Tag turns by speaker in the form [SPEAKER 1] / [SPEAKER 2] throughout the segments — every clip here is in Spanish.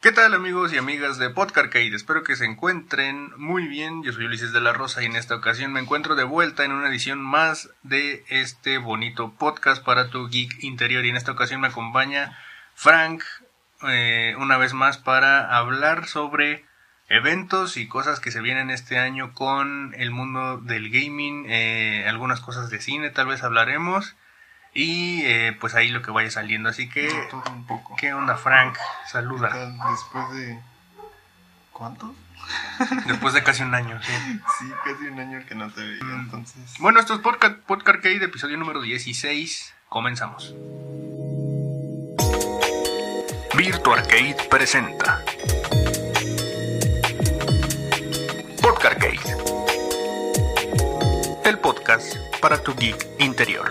[SPEAKER 1] ¿Qué tal amigos y amigas de Podcarcade? Espero que se encuentren muy bien. Yo soy Ulises de la Rosa y en esta ocasión me encuentro de vuelta en una edición más de este bonito podcast para tu geek interior. Y en esta ocasión me acompaña Frank eh, una vez más para hablar sobre eventos y cosas que se vienen este año con el mundo del gaming, eh, algunas cosas de cine tal vez hablaremos y eh, pues ahí lo que vaya saliendo. Así que,
[SPEAKER 2] De todo un poco.
[SPEAKER 1] ¿qué onda Frank?
[SPEAKER 2] ¿Qué
[SPEAKER 1] Saluda.
[SPEAKER 2] tal Después de. ¿Cuánto?
[SPEAKER 1] Después de casi un año, sí.
[SPEAKER 2] Sí, casi un año que no te veía,
[SPEAKER 1] Mm.
[SPEAKER 2] entonces.
[SPEAKER 1] Bueno, esto es Podcast, podcast de episodio número 16. Comenzamos. Virtua Arcade presenta Podcast el podcast para tu geek interior.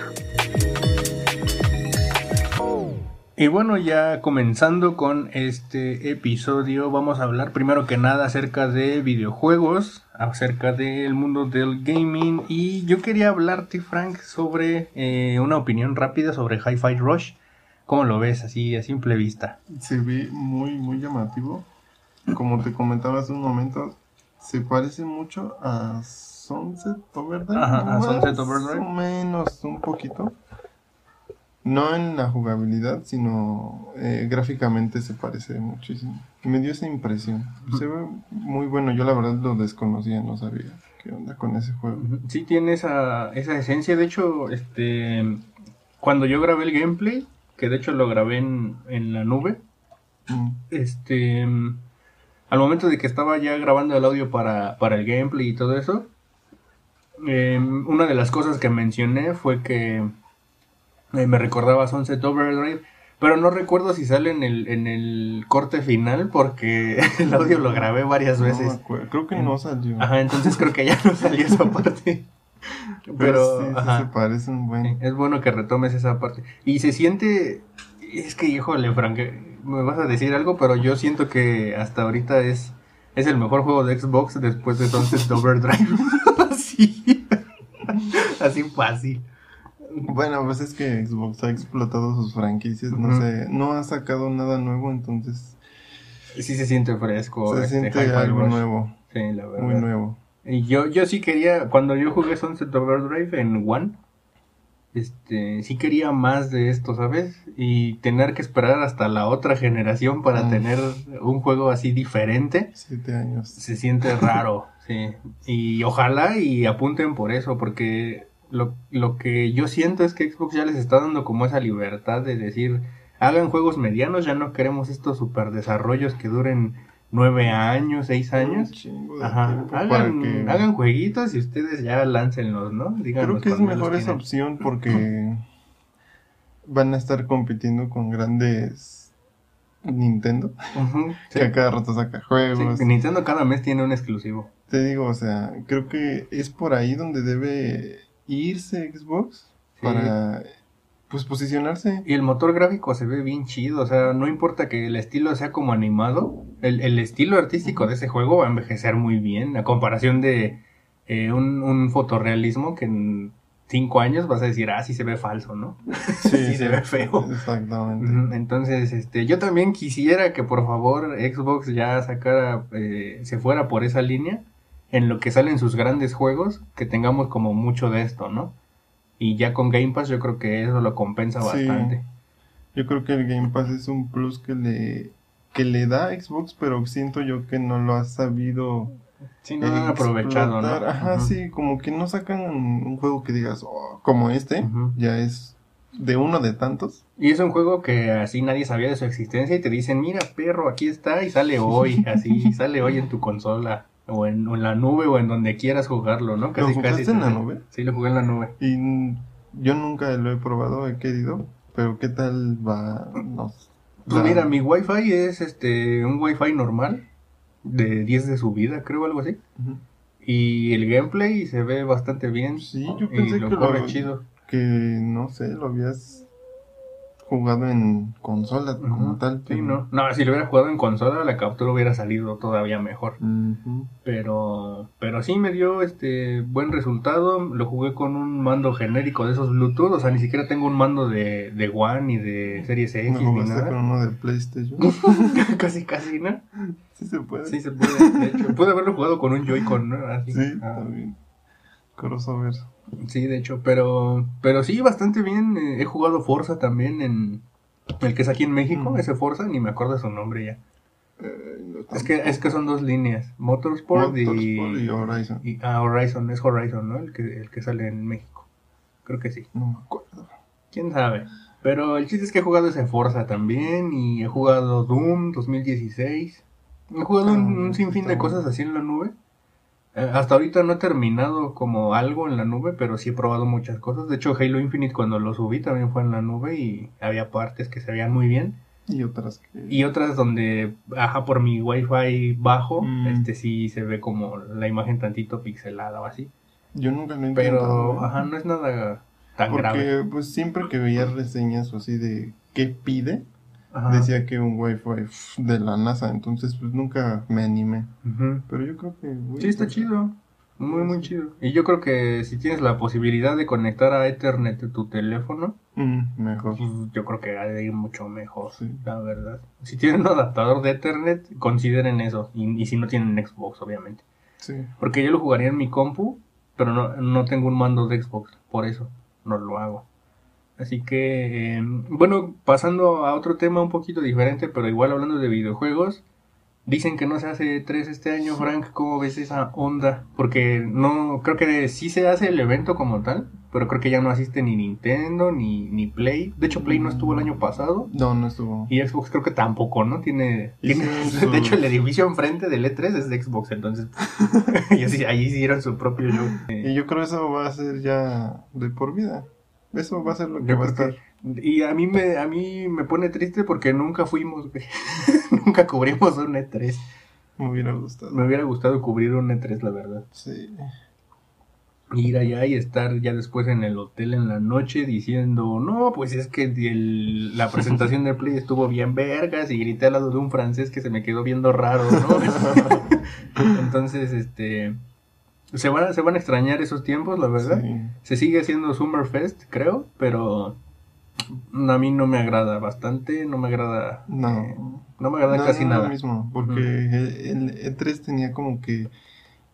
[SPEAKER 1] Y bueno, ya comenzando con este episodio, vamos a hablar primero que nada acerca de videojuegos, acerca del mundo del gaming. Y yo quería hablarte, Frank, sobre eh, una opinión rápida sobre Hi-Fi Rush. ¿Cómo lo ves así a simple vista?
[SPEAKER 2] Se ve muy, muy llamativo. Como te comentaba hace un momento, se parece mucho a Sunset Overdrive.
[SPEAKER 1] Ajá, a
[SPEAKER 2] más
[SPEAKER 1] Sunset Overdrive.
[SPEAKER 2] o menos, un poquito. No en la jugabilidad, sino eh, gráficamente se parece muchísimo. Me dio esa impresión. Se ve muy bueno. Yo la verdad lo desconocía, no sabía qué onda con ese juego.
[SPEAKER 1] Sí tiene esa, esa esencia. De hecho, este cuando yo grabé el gameplay, que de hecho lo grabé en, en la nube,
[SPEAKER 2] Mm.
[SPEAKER 1] este mm, al momento de que estaba ya grabando el audio para, para el gameplay y todo eso, em, una de las cosas que mencioné fue que eh, me recordaba Sunset Overdrive, pero no recuerdo si sale en el, en el corte final porque el audio lo grabé varias
[SPEAKER 2] No me
[SPEAKER 1] veces.
[SPEAKER 2] acuerdo. Creo que
[SPEAKER 1] En-
[SPEAKER 2] no salió.
[SPEAKER 1] Ajá, entonces creo que ya no salió esa parte. Pero,
[SPEAKER 2] pero, Pues sí, sí
[SPEAKER 1] ajá.
[SPEAKER 2] se parece un
[SPEAKER 1] Sí,
[SPEAKER 2] buen.
[SPEAKER 1] Es bueno que retomes esa parte. Y se siente. Es que, híjole, Frank, eh, me vas a decir algo, pero yo siento que hasta ahorita es, es el mejor juego de Xbox después de Sunset Overdrive. así. así fácil.
[SPEAKER 2] Bueno, pues es que Xbox ha explotado sus franquicias, no
[SPEAKER 1] Ujú.
[SPEAKER 2] sé, no ha sacado nada nuevo, entonces
[SPEAKER 1] Sí se siente fresco.
[SPEAKER 2] se
[SPEAKER 1] este,
[SPEAKER 2] siente
[SPEAKER 1] Hi-Fi
[SPEAKER 2] algo
[SPEAKER 1] Rush.
[SPEAKER 2] nuevo,
[SPEAKER 1] Sí, la verdad.
[SPEAKER 2] muy nuevo.
[SPEAKER 1] Y yo, yo sí quería, cuando yo jugué Sunset Overdrive en One, este, sí quería más de esto, ¿sabes? Y tener que esperar hasta la otra generación para
[SPEAKER 2] Mm.
[SPEAKER 1] tener un juego así diferente,
[SPEAKER 2] Siete años.
[SPEAKER 1] se siente raro, sí. Y ojalá y apunten por eso, porque lo, lo que yo siento es que Xbox ya les está dando como esa libertad de decir, hagan juegos medianos, ya no queremos estos super desarrollos que duren nueve años, seis años.
[SPEAKER 2] Un chingo de
[SPEAKER 1] Ajá,
[SPEAKER 2] tiempo para
[SPEAKER 1] hagan,
[SPEAKER 2] que-
[SPEAKER 1] hagan jueguitos y ustedes ya láncenlos, ¿no? Díganos
[SPEAKER 2] Creo que es
[SPEAKER 1] cuando los
[SPEAKER 2] mejor esa
[SPEAKER 1] tienen.
[SPEAKER 2] opción porque van a estar compitiendo con grandes Nintendo,
[SPEAKER 1] Ujú, sí.
[SPEAKER 2] que a cada rato saca
[SPEAKER 1] Sí,
[SPEAKER 2] juegos.
[SPEAKER 1] Nintendo cada mes tiene un exclusivo.
[SPEAKER 2] Te digo, o sea, creo que es por ahí donde debe irse Xbox
[SPEAKER 1] Sí.
[SPEAKER 2] para pues posicionarse.
[SPEAKER 1] Y el motor gráfico se ve bien chido, o sea, no importa que el estilo sea como animado, el, el estilo artístico de ese juego va a envejecer muy bien, a comparación de eh, un, un fotorrealismo que en cinco años vas a decir, ah, sí se ve falso, ¿no? Sí, se ve feo.
[SPEAKER 2] Exactamente.
[SPEAKER 1] Ujú, Entonces, este, yo también quisiera que por favor Xbox ya sacara, eh, se fuera por esa línea en lo que salen sus grandes juegos, que tengamos como mucho de esto, ¿no? Y ya con Game Pass yo creo que eso lo compensa
[SPEAKER 2] Sí.
[SPEAKER 1] bastante.
[SPEAKER 2] Yo creo que el Game Pass es un plus que le que le da a Xbox, pero siento yo que no lo ha sabido
[SPEAKER 1] Sí, no han aprovechado, ¿no?
[SPEAKER 2] explotar. Ajá,
[SPEAKER 1] Ujú.
[SPEAKER 2] sí, como que no sacan un juego que digas, "Oh", como este,
[SPEAKER 1] Ujú.
[SPEAKER 2] ya es de uno de tantos.
[SPEAKER 1] Y es un juego que así nadie sabía de su existencia y te dicen, mira, perro, aquí está y sale hoy, así, sale hoy en tu consola. O en, o en la nube o en donde quieras jugarlo, ¿no?
[SPEAKER 2] jugaste en
[SPEAKER 1] te-
[SPEAKER 2] la nube?
[SPEAKER 1] Sí, lo jugué en la nube.
[SPEAKER 2] Y n- yo nunca lo he probado, he querido, pero ¿qué tal va? No,
[SPEAKER 1] Pues
[SPEAKER 2] la-
[SPEAKER 1] mira, mi wifi es este un wifi normal de 10 de subida, creo algo así.
[SPEAKER 2] Ujú.
[SPEAKER 1] Y el gameplay se ve bastante bien
[SPEAKER 2] Sí, Pues, yo
[SPEAKER 1] y
[SPEAKER 2] pensé
[SPEAKER 1] lo
[SPEAKER 2] que lo
[SPEAKER 1] corre chido.
[SPEAKER 2] que no sé, lo habías jugado en consola como
[SPEAKER 1] Ujú.
[SPEAKER 2] tal.
[SPEAKER 1] Sí,
[SPEAKER 2] pero-
[SPEAKER 1] no. No, si lo hubiera jugado en consola, la captura hubiera salido todavía mejor.
[SPEAKER 2] Ujú.
[SPEAKER 1] Pero, pero sí me dio este buen resultado. Lo jugué con un mando genérico de esos Bluetooth. O sea, ni siquiera tengo un mando de, de One ni de Series X
[SPEAKER 2] ¿No
[SPEAKER 1] ni
[SPEAKER 2] jugaste con
[SPEAKER 1] nada.
[SPEAKER 2] uno de PlayStation?
[SPEAKER 1] casi, casi, ¿no?
[SPEAKER 2] sí se puede.
[SPEAKER 1] Sí, se puede. De hecho, pude haberlo jugado con un Joy-Con, ¿no? Así.
[SPEAKER 2] Sí,
[SPEAKER 1] Ah,
[SPEAKER 2] también. Crossover.
[SPEAKER 1] sí, de hecho. Pero, pero sí, bastante bien. Eh, He jugado Forza también en. El que es aquí en México,
[SPEAKER 2] Ujú.
[SPEAKER 1] ese Forza, ni me acuerdo su nombre ya.
[SPEAKER 2] Eh, no
[SPEAKER 1] Es que, es que son dos líneas, Motorsport, y-
[SPEAKER 2] Motorsport y Horizon.
[SPEAKER 1] Y, ah, Horizon, es Horizon, ¿no? El que, el que sale en México. Creo que sí.
[SPEAKER 2] No me acuerdo.
[SPEAKER 1] ¿Quién sabe? Pero el chiste es que he jugado ese Forza también y he jugado Doom 2016. He jugado un, un sinfín de cosas así en la nube. Eh, hasta ahorita no he terminado como algo en la nube, pero sí he probado muchas cosas. De hecho, Halo Infinite cuando lo subí también fue en la nube y había partes que se veían muy bien.
[SPEAKER 2] Y otras que...
[SPEAKER 1] Y otras donde, ajá, por mi wifi bajo,
[SPEAKER 2] Mm.
[SPEAKER 1] este sí se ve como la imagen tantito pixelada o así.
[SPEAKER 2] Yo nunca lo he intentado.
[SPEAKER 1] Pero,
[SPEAKER 2] ¿eh?
[SPEAKER 1] ajá, no es nada tan
[SPEAKER 2] Porque
[SPEAKER 1] grave.
[SPEAKER 2] pues siempre que veía reseñas o así de qué pide,
[SPEAKER 1] Ajá.
[SPEAKER 2] decía que un wifi f- de la NASA, entonces pues nunca me animé.
[SPEAKER 1] Ujú.
[SPEAKER 2] Pero yo creo que... pues, voy
[SPEAKER 1] Sí,
[SPEAKER 2] a
[SPEAKER 1] está
[SPEAKER 2] intentar.
[SPEAKER 1] chido. Muy, muy chido. Y yo creo que si tienes la posibilidad de conectar a Ethernet tu teléfono,
[SPEAKER 2] Mm, mejor.
[SPEAKER 1] pues, yo creo que ha de ir mucho mejor,
[SPEAKER 2] Sí.
[SPEAKER 1] la verdad. Si tienen un adaptador de Ethernet, consideren eso. Y, y si no tienen Xbox, obviamente.
[SPEAKER 2] Sí.
[SPEAKER 1] Porque yo lo jugaría en mi compu, pero no, no tengo un mando de Xbox, por eso no lo hago. Así que, eh, bueno, pasando a otro tema un poquito diferente, pero igual hablando de videojuegos, dicen que no se hace 3 este año, Frank, ¿cómo ves esa onda? Porque no, creo que sí se hace el evento como tal, pero creo que ya no asiste ni Nintendo, ni, ni Play. De hecho, Play no estuvo el año pasado.
[SPEAKER 2] No, no estuvo.
[SPEAKER 1] Y Xbox creo que tampoco, ¿no? Tiene, tiene-
[SPEAKER 2] Hicieron
[SPEAKER 1] de hecho, el
[SPEAKER 2] sus-
[SPEAKER 1] edificio enfrente del E3 es de Xbox, entonces ellos sí- ahí hicieron su propio show. Eh,
[SPEAKER 2] Y yo creo eso va a ser ya de por vida. Eso va a ser lo que
[SPEAKER 1] yo
[SPEAKER 2] va a
[SPEAKER 1] creo
[SPEAKER 2] estar.
[SPEAKER 1] que- y a mí me a mí me pone triste porque nunca fuimos, güey. nunca cubrimos un E3.
[SPEAKER 2] Me hubiera gustado.
[SPEAKER 1] Me hubiera gustado cubrir un E3, la verdad.
[SPEAKER 2] Sí.
[SPEAKER 1] Ir allá y estar ya después en el hotel en la noche diciendo, no, pues es que el- la presentación del Play estuvo bien vergas y grité al lado de un francés que se me quedó viendo raro, ¿no? Entonces, este. Se van, a, se van a extrañar esos tiempos, la verdad.
[SPEAKER 2] Sí.
[SPEAKER 1] Se sigue haciendo Summerfest, creo, pero a mí no me agrada bastante, no me agrada. eh,
[SPEAKER 2] No.
[SPEAKER 1] no me agrada
[SPEAKER 2] No,
[SPEAKER 1] casi
[SPEAKER 2] no,
[SPEAKER 1] nada.
[SPEAKER 2] Lo mismo, porque
[SPEAKER 1] Ujú.
[SPEAKER 2] el el E3 tenía como que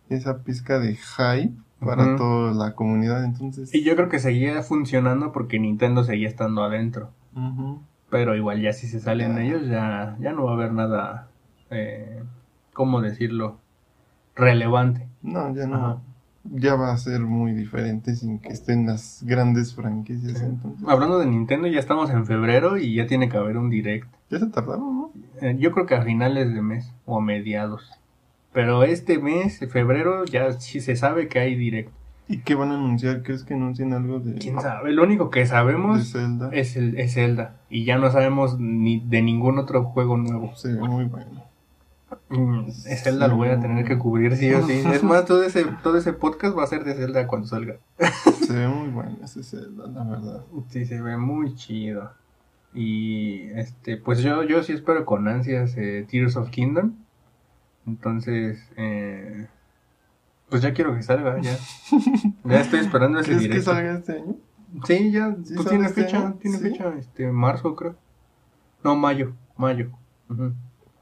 [SPEAKER 2] esa pizca de high para
[SPEAKER 1] Ujú.
[SPEAKER 2] toda la comunidad, entonces.
[SPEAKER 1] Y yo creo que seguía funcionando porque Nintendo seguía estando adentro.
[SPEAKER 2] Ujú.
[SPEAKER 1] Pero igual ya si se salen
[SPEAKER 2] Ya.
[SPEAKER 1] ellos, ya, ya no va a haber nada, eh, ¿cómo decirlo? Relevante.
[SPEAKER 2] No, ya no.
[SPEAKER 1] Ajá.
[SPEAKER 2] Ya va a ser muy diferente sin que estén las grandes franquicias, entonces.
[SPEAKER 1] Hablando de Nintendo, ya estamos en febrero y ya tiene que haber un direct.
[SPEAKER 2] Ya se tardaron, ¿no?
[SPEAKER 1] Eh, Yo creo que a finales de mes o a mediados. Pero este mes, febrero, ya sí se sabe que hay directo.
[SPEAKER 2] ¿Y qué van a anunciar? ¿Crees que anuncien algo de,
[SPEAKER 1] ¿Quién sabe? Eh. Lo único que
[SPEAKER 2] de
[SPEAKER 1] sabemos
[SPEAKER 2] Zelda?
[SPEAKER 1] es, el, es Zelda. Y ya no sabemos ni de ningún otro juego nuevo.
[SPEAKER 2] Se ve muy bueno.
[SPEAKER 1] Mm, Zelda lo voy a tener que cubrir sí o sí. Es más, todo ese, todo ese podcast va a ser de Zelda cuando salga.
[SPEAKER 2] Se ve muy bueno ese Zelda, la verdad.
[SPEAKER 1] Sí, se ve muy chido. Y este, pues yo, yo sí espero con ansias eh, Tears of Kingdom. Entonces, eh, pues ya quiero que salga, ya. Ya estoy esperando ese
[SPEAKER 2] ¿Crees que
[SPEAKER 1] directo.
[SPEAKER 2] salga este año?
[SPEAKER 1] Sí, ya,
[SPEAKER 2] ¿Sí
[SPEAKER 1] pues
[SPEAKER 2] sale
[SPEAKER 1] tiene
[SPEAKER 2] este
[SPEAKER 1] fecha,
[SPEAKER 2] año?
[SPEAKER 1] tiene
[SPEAKER 2] ¿Sí?
[SPEAKER 1] fecha, este, marzo creo. No, mayo, mayo. Ujú.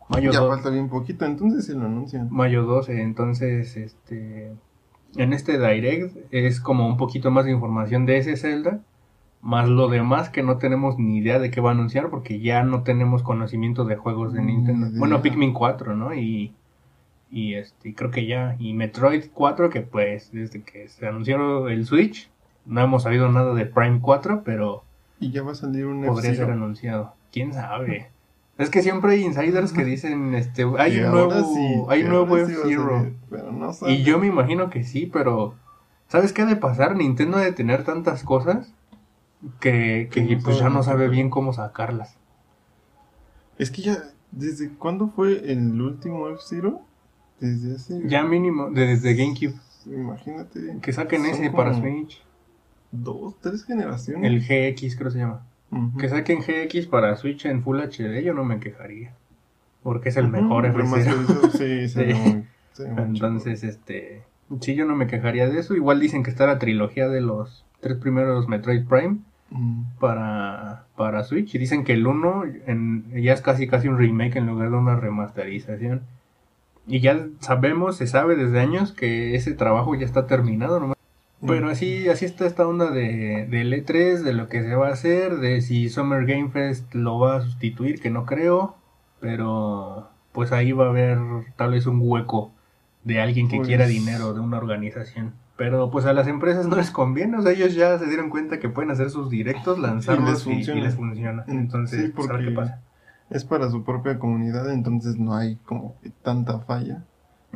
[SPEAKER 1] Mayo
[SPEAKER 2] Ya
[SPEAKER 1] 12.
[SPEAKER 2] falta bien poquito, entonces se lo anuncian.
[SPEAKER 1] Mayo 12, entonces, este, en este direct es como un poquito más de información de ese Zelda, más lo demás que no tenemos ni idea de qué va a anunciar porque ya no tenemos conocimiento de juegos de
[SPEAKER 2] Ni
[SPEAKER 1] Nintendo.
[SPEAKER 2] idea.
[SPEAKER 1] Bueno, Pikmin 4, ¿no? Y, y este, creo que ya, y Metroid 4, que pues desde que se anunció el Switch, no hemos sabido nada de Prime 4, pero
[SPEAKER 2] Y ya va a salir un
[SPEAKER 1] podría
[SPEAKER 2] F-Zero.
[SPEAKER 1] ser anunciado. ¿Quién sabe? Es que siempre hay insiders que dicen, este, hay
[SPEAKER 2] Que
[SPEAKER 1] un
[SPEAKER 2] ahora
[SPEAKER 1] nuevo,
[SPEAKER 2] sí,
[SPEAKER 1] hay
[SPEAKER 2] que
[SPEAKER 1] un nuevo
[SPEAKER 2] ahora sí va a
[SPEAKER 1] F-Zero.
[SPEAKER 2] salir, pero no sale.
[SPEAKER 1] Y yo me imagino que sí, pero ¿sabes qué ha de pasar? Nintendo ha de tener tantas cosas que, que,
[SPEAKER 2] Que no
[SPEAKER 1] pues, ya
[SPEAKER 2] sabe
[SPEAKER 1] no
[SPEAKER 2] ni
[SPEAKER 1] sabe
[SPEAKER 2] qué.
[SPEAKER 1] bien cómo sacarlas.
[SPEAKER 2] Es que ya, ¿desde cuándo fue el último F-Zero? Desde hace...
[SPEAKER 1] Ya mínimo, desde GameCube,
[SPEAKER 2] Imagínate,
[SPEAKER 1] que saquen
[SPEAKER 2] Son
[SPEAKER 1] ese
[SPEAKER 2] como-
[SPEAKER 1] para Switch.
[SPEAKER 2] dos, tres generaciones.
[SPEAKER 1] El GX creo se llama.
[SPEAKER 2] Ujú.
[SPEAKER 1] Que saquen GX para Switch en Full HD, yo no me quejaría. Porque es el mejor F0.
[SPEAKER 2] Ujú, remasterizado, Sí, sería muy- sería muy chido.
[SPEAKER 1] Entonces, este. Sí, yo no me quejaría de eso. Igual dicen que está la trilogía de los tres primeros Metroid Prime
[SPEAKER 2] Mm.
[SPEAKER 1] para, para Switch. Y dicen que el 1 en- ya es casi casi un remake en lugar de una remasterización. Y ya sabemos, se sabe desde años que ese trabajo ya está terminado, nomás
[SPEAKER 2] Mm.
[SPEAKER 1] pero así, así está esta onda de, del E3, de lo que se va a hacer, de si Summer Game Fest lo va a sustituir, que no creo, pero pues ahí va a haber tal vez un hueco de alguien que
[SPEAKER 2] Pues-
[SPEAKER 1] quiera dinero de una organización. Pero pues a las empresas no les conviene, o sea, ellos ya se dieron cuenta que pueden hacer sus directos, lanzarlos y y les funciona.
[SPEAKER 2] funciona.
[SPEAKER 1] Entonces,
[SPEAKER 2] Sí,
[SPEAKER 1] pues, a ver
[SPEAKER 2] porque-
[SPEAKER 1] qué pasa.
[SPEAKER 2] Es para su propia comunidad, entonces no hay como que tanta falla.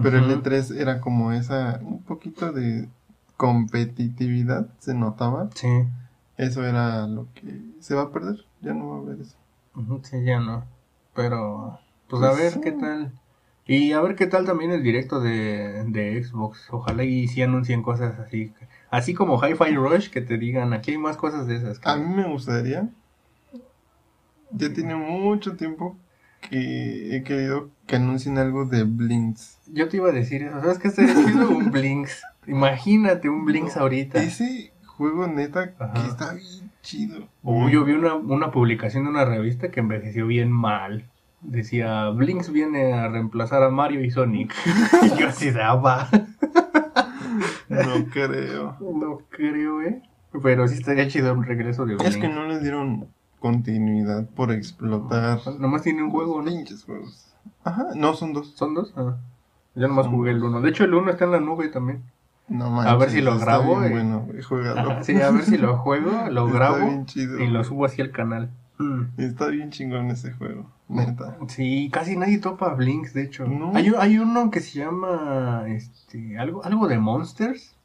[SPEAKER 2] Pero
[SPEAKER 1] Ujú.
[SPEAKER 2] el E E3 era como esa, un poquito de competitividad, se notaba.
[SPEAKER 1] Sí.
[SPEAKER 2] Eso era lo que se va a perder, ya no va a haber eso.
[SPEAKER 1] Ujú, Sí, ya no. Pero, pues, a
[SPEAKER 2] Pues
[SPEAKER 1] ver
[SPEAKER 2] sí.
[SPEAKER 1] qué tal. Y a ver qué tal también el directo de, de Xbox. Ojalá y si anuncien cosas así. Así como Hi-Fi Rush, que te digan, aquí hay más cosas de esas. que-".
[SPEAKER 2] A mí me gustaría. Ya tiene mucho tiempo que he querido que anuncien algo de Blinks.
[SPEAKER 1] Yo te iba a decir eso. ¿Sabes qué estoy haciendo? un Blinks. Imagínate un Blinks ahorita.
[SPEAKER 2] Ese juego neta
[SPEAKER 1] Ajá.
[SPEAKER 2] que está bien chido.
[SPEAKER 1] Uy, yo vi una, una publicación de una revista que envejeció bien mal. Decía, Blinks viene a reemplazar a Mario y Sonic. y yo así de, "Ah, va".
[SPEAKER 2] No creo.
[SPEAKER 1] No creo, ¿eh? Pero sí estaría chido un regreso de
[SPEAKER 2] Es
[SPEAKER 1] Blink.
[SPEAKER 2] que no le dieron continuidad por explotar
[SPEAKER 1] Nomás tiene un juego, ¿no?
[SPEAKER 2] pinches juegos. Ajá, no son dos.
[SPEAKER 1] ¿Son dos? Ah. Yo nomás
[SPEAKER 2] Son
[SPEAKER 1] jugué el uno. De hecho, el uno está en la nube también.
[SPEAKER 2] No
[SPEAKER 1] A ver si lo
[SPEAKER 2] está
[SPEAKER 1] grabo,
[SPEAKER 2] bien
[SPEAKER 1] eh.
[SPEAKER 2] Bueno, güey, juégalo.
[SPEAKER 1] Ajá, sí, a ver si lo juego, lo
[SPEAKER 2] Está
[SPEAKER 1] grabo
[SPEAKER 2] bien chido,
[SPEAKER 1] y lo
[SPEAKER 2] güey.
[SPEAKER 1] subo hacia el canal. Mm.
[SPEAKER 2] Está bien chingón ese juego, neta.
[SPEAKER 1] Sí, casi nadie topa Blinks, de hecho.
[SPEAKER 2] No.
[SPEAKER 1] Hay, un- hay uno que se llama este, algo, algo de Monsters,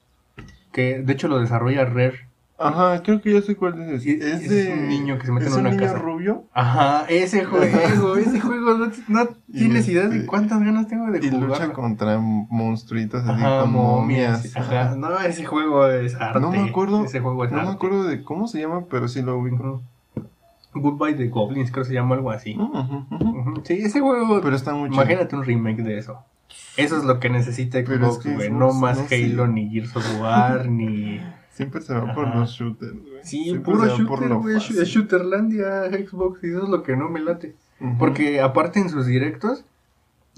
[SPEAKER 1] que de hecho lo desarrolla Rare.
[SPEAKER 2] Ajá, creo que ya sé cuál es.
[SPEAKER 1] Y- y es un niño que se mete
[SPEAKER 2] es
[SPEAKER 1] en una
[SPEAKER 2] un niño
[SPEAKER 1] casa.
[SPEAKER 2] rubio
[SPEAKER 1] Ajá, ese juego, ese juego, no, no
[SPEAKER 2] Y
[SPEAKER 1] tienes idea de
[SPEAKER 2] este-
[SPEAKER 1] cuántas ganas tengo de
[SPEAKER 2] y
[SPEAKER 1] jugar.
[SPEAKER 2] lucha contra monstruitos así
[SPEAKER 1] Ajá,
[SPEAKER 2] con
[SPEAKER 1] momias.
[SPEAKER 2] momias.
[SPEAKER 1] Ajá. No, ese juego es arte.
[SPEAKER 2] No me acuerdo-
[SPEAKER 1] Ese juego es
[SPEAKER 2] No me
[SPEAKER 1] arte.
[SPEAKER 2] acuerdo de cómo se llama, pero sí lo ubico.
[SPEAKER 1] Ujú. Goodbye the Goblins, creo que se llama algo así.
[SPEAKER 2] Ujú, ujú.
[SPEAKER 1] Ujú. Sí, ese juego.
[SPEAKER 2] Pero está muy chido.
[SPEAKER 1] imagínate un remake de eso. Eso es lo que necesita
[SPEAKER 2] Pero
[SPEAKER 1] Xbox,
[SPEAKER 2] es que
[SPEAKER 1] güey.
[SPEAKER 2] Xbox,
[SPEAKER 1] No más
[SPEAKER 2] no sé.
[SPEAKER 1] Halo, ni Gears of War, ni.
[SPEAKER 2] Siempre se va por
[SPEAKER 1] Ajá.
[SPEAKER 2] los shooters, güey.
[SPEAKER 1] Sí,
[SPEAKER 2] Siempre
[SPEAKER 1] puro
[SPEAKER 2] se va por
[SPEAKER 1] shooter,
[SPEAKER 2] lo
[SPEAKER 1] güey.
[SPEAKER 2] fácil.
[SPEAKER 1] Es Shooterlandia, Xbox, y eso es lo que no me late.
[SPEAKER 2] Ujú.
[SPEAKER 1] Porque aparte en sus directos,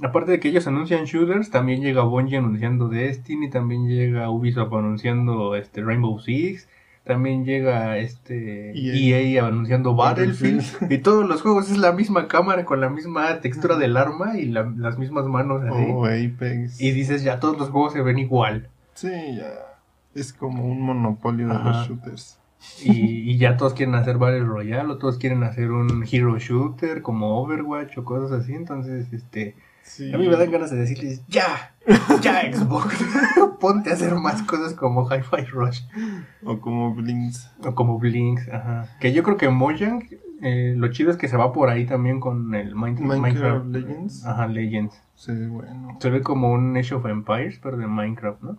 [SPEAKER 1] aparte de que ellos anuncian shooters, también llega Bungie anunciando Destiny, también llega Ubisoft anunciando este Rainbow Six, también llega este EA,
[SPEAKER 2] EA.
[SPEAKER 1] anunciando Battlefield, y todos los juegos es la misma cámara con la misma textura del arma y la- las mismas manos así.
[SPEAKER 2] O Apex.
[SPEAKER 1] Y dices ya todos los juegos se ven igual
[SPEAKER 2] Sí, ya. Es como un monopolio de
[SPEAKER 1] Ajá.
[SPEAKER 2] los shooters.
[SPEAKER 1] y, y ya todos quieren hacer Battle Royale o todos quieren hacer un Hero Shooter como Overwatch o cosas así, entonces este
[SPEAKER 2] Sí.
[SPEAKER 1] A mí me dan ganas de decirles, ya, ya Xbox, ponte a hacer más cosas como Hi-Fi Rush
[SPEAKER 2] O como Blinks.
[SPEAKER 1] o como Blinks, ajá. Que yo creo que Mojang, eh, lo chido es que se va por ahí también con el Mind-
[SPEAKER 2] Minecraft
[SPEAKER 1] Minecraft
[SPEAKER 2] Legends.
[SPEAKER 1] Ajá, Legends.
[SPEAKER 2] Sí, bueno.
[SPEAKER 1] Se ve como un Age of Empires, pero de Minecraft, ¿no?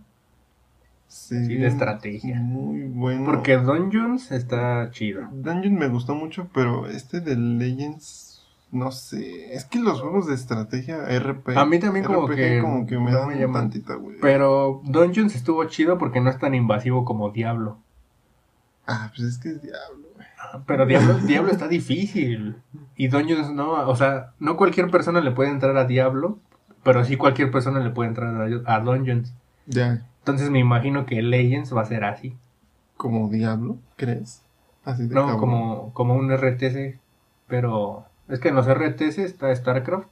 [SPEAKER 2] Sí,
[SPEAKER 1] Sí, de estrategia.
[SPEAKER 2] Muy bueno.
[SPEAKER 1] Porque Dungeons está chido.
[SPEAKER 2] Dungeon me gustó mucho, pero este de Legends. No sé. Es que los juegos de estrategia RPG.
[SPEAKER 1] A mí también como
[SPEAKER 2] RPG
[SPEAKER 1] que
[SPEAKER 2] como que me
[SPEAKER 1] no
[SPEAKER 2] dan
[SPEAKER 1] me llaman.
[SPEAKER 2] tantita, güey.
[SPEAKER 1] Pero Dungeons estuvo chido porque no es tan invasivo como Diablo.
[SPEAKER 2] Ah, pues es que es diablo, güey.
[SPEAKER 1] Ah, Pero Diablo, Diablo está difícil. Y Dungeons no, o sea, no cualquier persona le puede entrar a Diablo, pero sí cualquier persona le puede entrar a, a Dungeons.
[SPEAKER 2] Ya,
[SPEAKER 1] Entonces me imagino que Legends va a ser así.
[SPEAKER 2] como diablo, ¿crees? Así de
[SPEAKER 1] No,
[SPEAKER 2] cabrón.
[SPEAKER 1] como, como un RTC. Pero es que en los RTC está StarCraft.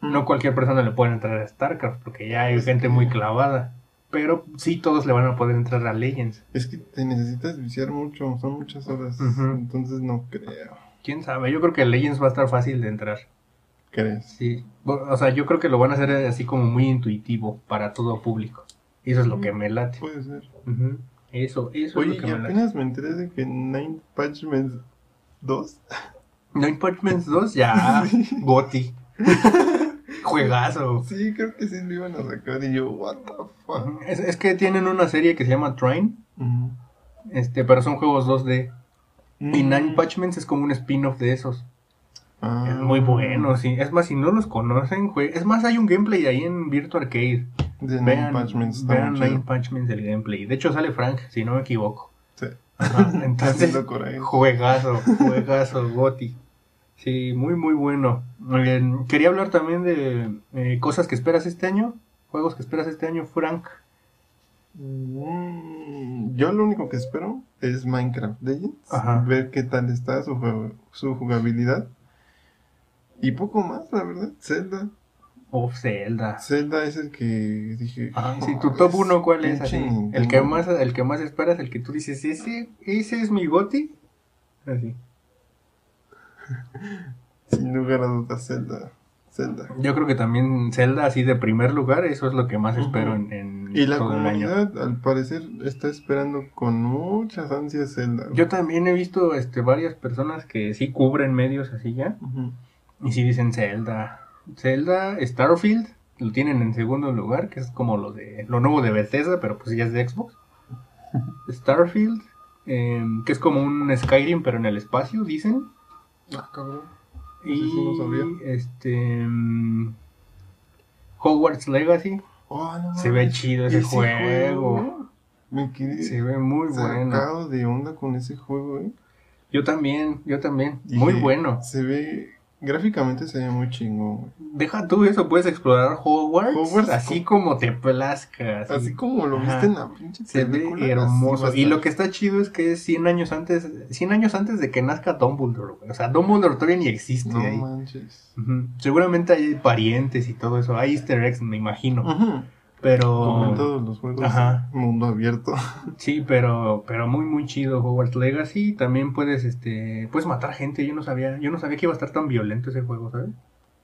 [SPEAKER 1] No cualquier persona le puede entrar a StarCraft, porque ya hay
[SPEAKER 2] Mm. Pues Es
[SPEAKER 1] gente
[SPEAKER 2] que-
[SPEAKER 1] muy clavada. Pero sí todos le van a poder entrar a Legends.
[SPEAKER 2] Es que te necesitas viciar mucho, son muchas horas.
[SPEAKER 1] Ujú.
[SPEAKER 2] Entonces no creo.
[SPEAKER 1] ¿Quién sabe? Yo creo que Legends va a estar fácil de entrar.
[SPEAKER 2] ¿Crees?
[SPEAKER 1] Sí, bo- o sea, yo creo que lo van a hacer así como muy intuitivo para todo público. Y eso es lo que me late.
[SPEAKER 2] Puede ser.
[SPEAKER 1] Ujú. Eso, eso
[SPEAKER 2] Oye,
[SPEAKER 1] es lo
[SPEAKER 2] y
[SPEAKER 1] que me late.
[SPEAKER 2] apenas me enteré de que Nine Punch Man 2
[SPEAKER 1] No Punch 2, ya, Goti. Juegazo.
[SPEAKER 2] Sí, creo que sí lo iban a sacar y yo, what the fuck. Mm.
[SPEAKER 1] Es, es que tienen una serie que se llama Train,
[SPEAKER 2] Ujú.
[SPEAKER 1] este, pero son juegos 2D. Y
[SPEAKER 2] Mm.
[SPEAKER 1] Nine Patch Men's es como un spin-off de esos.
[SPEAKER 2] Ah.
[SPEAKER 1] Es muy bueno, sí. Es más, si no los conocen, jue- es más, hay un gameplay ahí en Virtual Arcade.
[SPEAKER 2] De Nine
[SPEAKER 1] Vean,
[SPEAKER 2] Patch Men está
[SPEAKER 1] vean
[SPEAKER 2] muy
[SPEAKER 1] Nine
[SPEAKER 2] chido.
[SPEAKER 1] Patch Men's el gameplay. De hecho, sale Frank, si no me equivoco.
[SPEAKER 2] Sí.
[SPEAKER 1] Ajá,
[SPEAKER 2] Está
[SPEAKER 1] Entonces,
[SPEAKER 2] haciendo coraje.
[SPEAKER 1] Juegazo, juegazo, Goti. Sí, muy, muy bueno. Eh, quería hablar también de eh, cosas que esperas este año, juegos que esperas este año, Frank.
[SPEAKER 2] Mm, Yo lo único que espero es Minecraft Legends,
[SPEAKER 1] Ajá.
[SPEAKER 2] ver qué tal está su, jue- su jugabilidad. Y poco más, la verdad. Zelda.
[SPEAKER 1] O Zelda.
[SPEAKER 2] Zelda es el que dije.
[SPEAKER 1] Ah,
[SPEAKER 2] "Joder,
[SPEAKER 1] sí, tu top 1, ¿cuál es? Así,
[SPEAKER 2] pinche
[SPEAKER 1] el,
[SPEAKER 2] Nintendo".
[SPEAKER 1] que más, el que más esperas, el que tú dices, ese, ese es mi Goti. Así.
[SPEAKER 2] Sin lugar a dudas, Zelda. Zelda.
[SPEAKER 1] Yo creo que también Zelda, así de primer lugar, eso es lo que más
[SPEAKER 2] Ujú.
[SPEAKER 1] espero en, en
[SPEAKER 2] Y la
[SPEAKER 1] todo el año.
[SPEAKER 2] comunidad, al parecer, está esperando con muchas ansias Zelda.
[SPEAKER 1] Yo también he visto este, varias personas que sí cubren medios así ya.
[SPEAKER 2] Ujú.
[SPEAKER 1] Y si dicen Zelda. Zelda, Starfield, lo tienen en segundo lugar, que es como lo de lo nuevo de Bethesda, pero pues ya es de Xbox. Starfield, eh, que es como un Skyrim, pero en el espacio, dicen.
[SPEAKER 2] Ah, cabrón.
[SPEAKER 1] Y
[SPEAKER 2] Ese sí no sabía.
[SPEAKER 1] este. mm, Hogwarts Legacy,
[SPEAKER 2] Oh, no
[SPEAKER 1] se ve
[SPEAKER 2] mames.
[SPEAKER 1] chido ese
[SPEAKER 2] Ese
[SPEAKER 1] juego.
[SPEAKER 2] juego, Me quedé
[SPEAKER 1] Se ve muy bueno.
[SPEAKER 2] sacado de onda con ese juego, eh.
[SPEAKER 1] Yo también, yo también.
[SPEAKER 2] Y
[SPEAKER 1] Muy bueno.
[SPEAKER 2] Se ve. Gráficamente se ve muy chingón, güey.
[SPEAKER 1] Deja tú eso, puedes explorar Hogwarts,
[SPEAKER 2] Hogwarts
[SPEAKER 1] así como te plazca. así
[SPEAKER 2] Así como lo
[SPEAKER 1] Ajá.
[SPEAKER 2] viste en la pinche
[SPEAKER 1] Se
[SPEAKER 2] película,
[SPEAKER 1] ve
[SPEAKER 2] así va
[SPEAKER 1] hermoso.
[SPEAKER 2] a
[SPEAKER 1] Y lo
[SPEAKER 2] estar.
[SPEAKER 1] que está chido es que es 100 años antes, 100 años antes de que nazca Dumbledore. güey. O sea, Dumbledore todavía ni existe
[SPEAKER 2] No
[SPEAKER 1] ahí.
[SPEAKER 2] manches.
[SPEAKER 1] Ujú. Seguramente hay parientes y todo eso. Hay easter eggs, me imagino.
[SPEAKER 2] Ujú. Como en
[SPEAKER 1] Pero...
[SPEAKER 2] todos los juegos.
[SPEAKER 1] Ajá.
[SPEAKER 2] Mundo abierto.
[SPEAKER 1] Sí, pero, pero muy, muy chido Hogwarts Legacy. También puedes, este, puedes matar gente. Yo no sabía, yo no sabía que iba a estar tan violento ese juego, ¿sabes?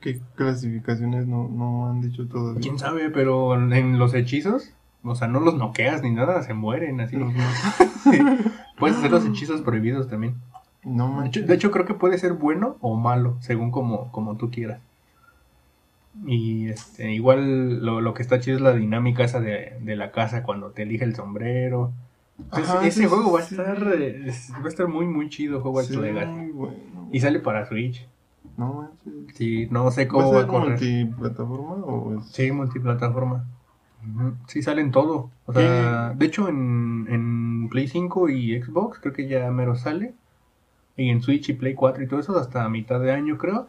[SPEAKER 2] ¿Qué clasificaciones no, no han dicho todavía?
[SPEAKER 1] Quién sabe, pero en los hechizos, o sea, no los noqueas ni nada, se mueren así.
[SPEAKER 2] Los más-
[SPEAKER 1] Puedes hacer
[SPEAKER 2] Ah.
[SPEAKER 1] los hechizos prohibidos también.
[SPEAKER 2] No
[SPEAKER 1] De hecho,
[SPEAKER 2] manches.
[SPEAKER 1] de hecho, creo que puede ser bueno o malo, según como, como tú quieras. Y este, igual lo, lo que está chido es la dinámica esa de, de la casa cuando te elige el sombrero. Entonces,
[SPEAKER 2] Ajá,
[SPEAKER 1] ese
[SPEAKER 2] sí,
[SPEAKER 1] juego
[SPEAKER 2] sí,
[SPEAKER 1] va a
[SPEAKER 2] sí.
[SPEAKER 1] estar eh, es- va a estar muy muy chido Hogwarts
[SPEAKER 2] Se ve
[SPEAKER 1] Legacy.
[SPEAKER 2] muy bueno.
[SPEAKER 1] Y sale para Switch.
[SPEAKER 2] No manches.
[SPEAKER 1] Sí, no sé
[SPEAKER 2] ¿Va a
[SPEAKER 1] cómo va a
[SPEAKER 2] ser
[SPEAKER 1] correr.
[SPEAKER 2] multiplataforma o es...?
[SPEAKER 1] Sí, multiplataforma. Ujú, Sí, salen todo. O
[SPEAKER 2] ¿Qué?
[SPEAKER 1] sea, de hecho, en, en Play 5 y Xbox creo que ya mero sale. Y en Switch y Play 4 y todo eso hasta mitad de año creo.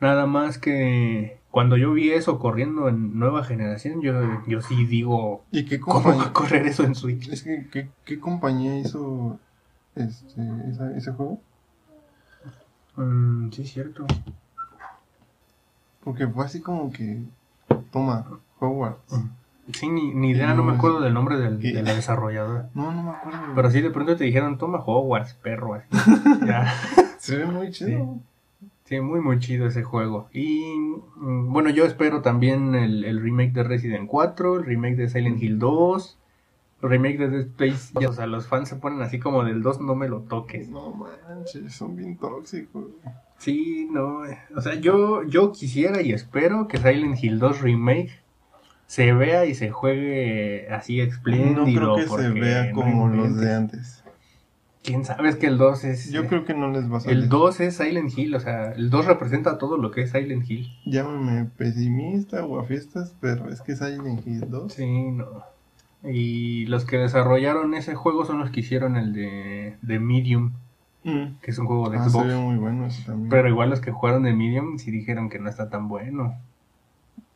[SPEAKER 1] Nada más que cuando yo vi eso corriendo en nueva generación, yo, yo sí digo,
[SPEAKER 2] ¿Y qué
[SPEAKER 1] ¿cómo va
[SPEAKER 2] compañía?
[SPEAKER 1] a correr eso en Switch?
[SPEAKER 2] Es que, ¿qué, qué compañía hizo este, esa- ese juego?
[SPEAKER 1] Mm, sí, cierto.
[SPEAKER 2] Porque fue así como que... Toma, Hogwarts.
[SPEAKER 1] Sí, ni, ni idea, no me acuerdo del nombre del,
[SPEAKER 2] ¿Qué?
[SPEAKER 1] de la desarrolladora.
[SPEAKER 2] No, no me acuerdo.
[SPEAKER 1] Pero sí, de pronto te dijeron, toma Hogwarts, perro. así. Ya.
[SPEAKER 2] Se ve muy chido.
[SPEAKER 1] Sí, muy muy chido ese juego. Y mm, bueno, yo espero también el, el remake de Resident 4, el remake de Silent Hill 2, el remake de Dead Space. Ya, o sea, los fans se ponen así como del 2 no me lo toques.
[SPEAKER 2] Pues No manches, son bien tóxicos.
[SPEAKER 1] Sí, no. eh, O sea, yo, yo quisiera y espero que Silent Hill 2 remake se vea y se juegue así
[SPEAKER 2] No
[SPEAKER 1] espléndido.
[SPEAKER 2] creo que
[SPEAKER 1] porque
[SPEAKER 2] se vea
[SPEAKER 1] no
[SPEAKER 2] como los
[SPEAKER 1] inventes.
[SPEAKER 2] de antes.
[SPEAKER 1] Quién sabe, es que el 2 es... eh,
[SPEAKER 2] Yo creo que no les va a salir.
[SPEAKER 1] El 2 es Silent Hill, o sea, el 2 representa todo lo que es Silent Hill.
[SPEAKER 2] Llámame pesimista o a fiestas, pero es que Silent Hill 2.
[SPEAKER 1] Sí, no. Y los que desarrollaron ese juego son los que hicieron el de, de Medium,
[SPEAKER 2] Mm.
[SPEAKER 1] que es un juego de
[SPEAKER 2] Ah, se
[SPEAKER 1] Xbox.
[SPEAKER 2] ve muy bueno ese también.
[SPEAKER 1] Pero igual los que jugaron de Medium sí dijeron que no está tan bueno.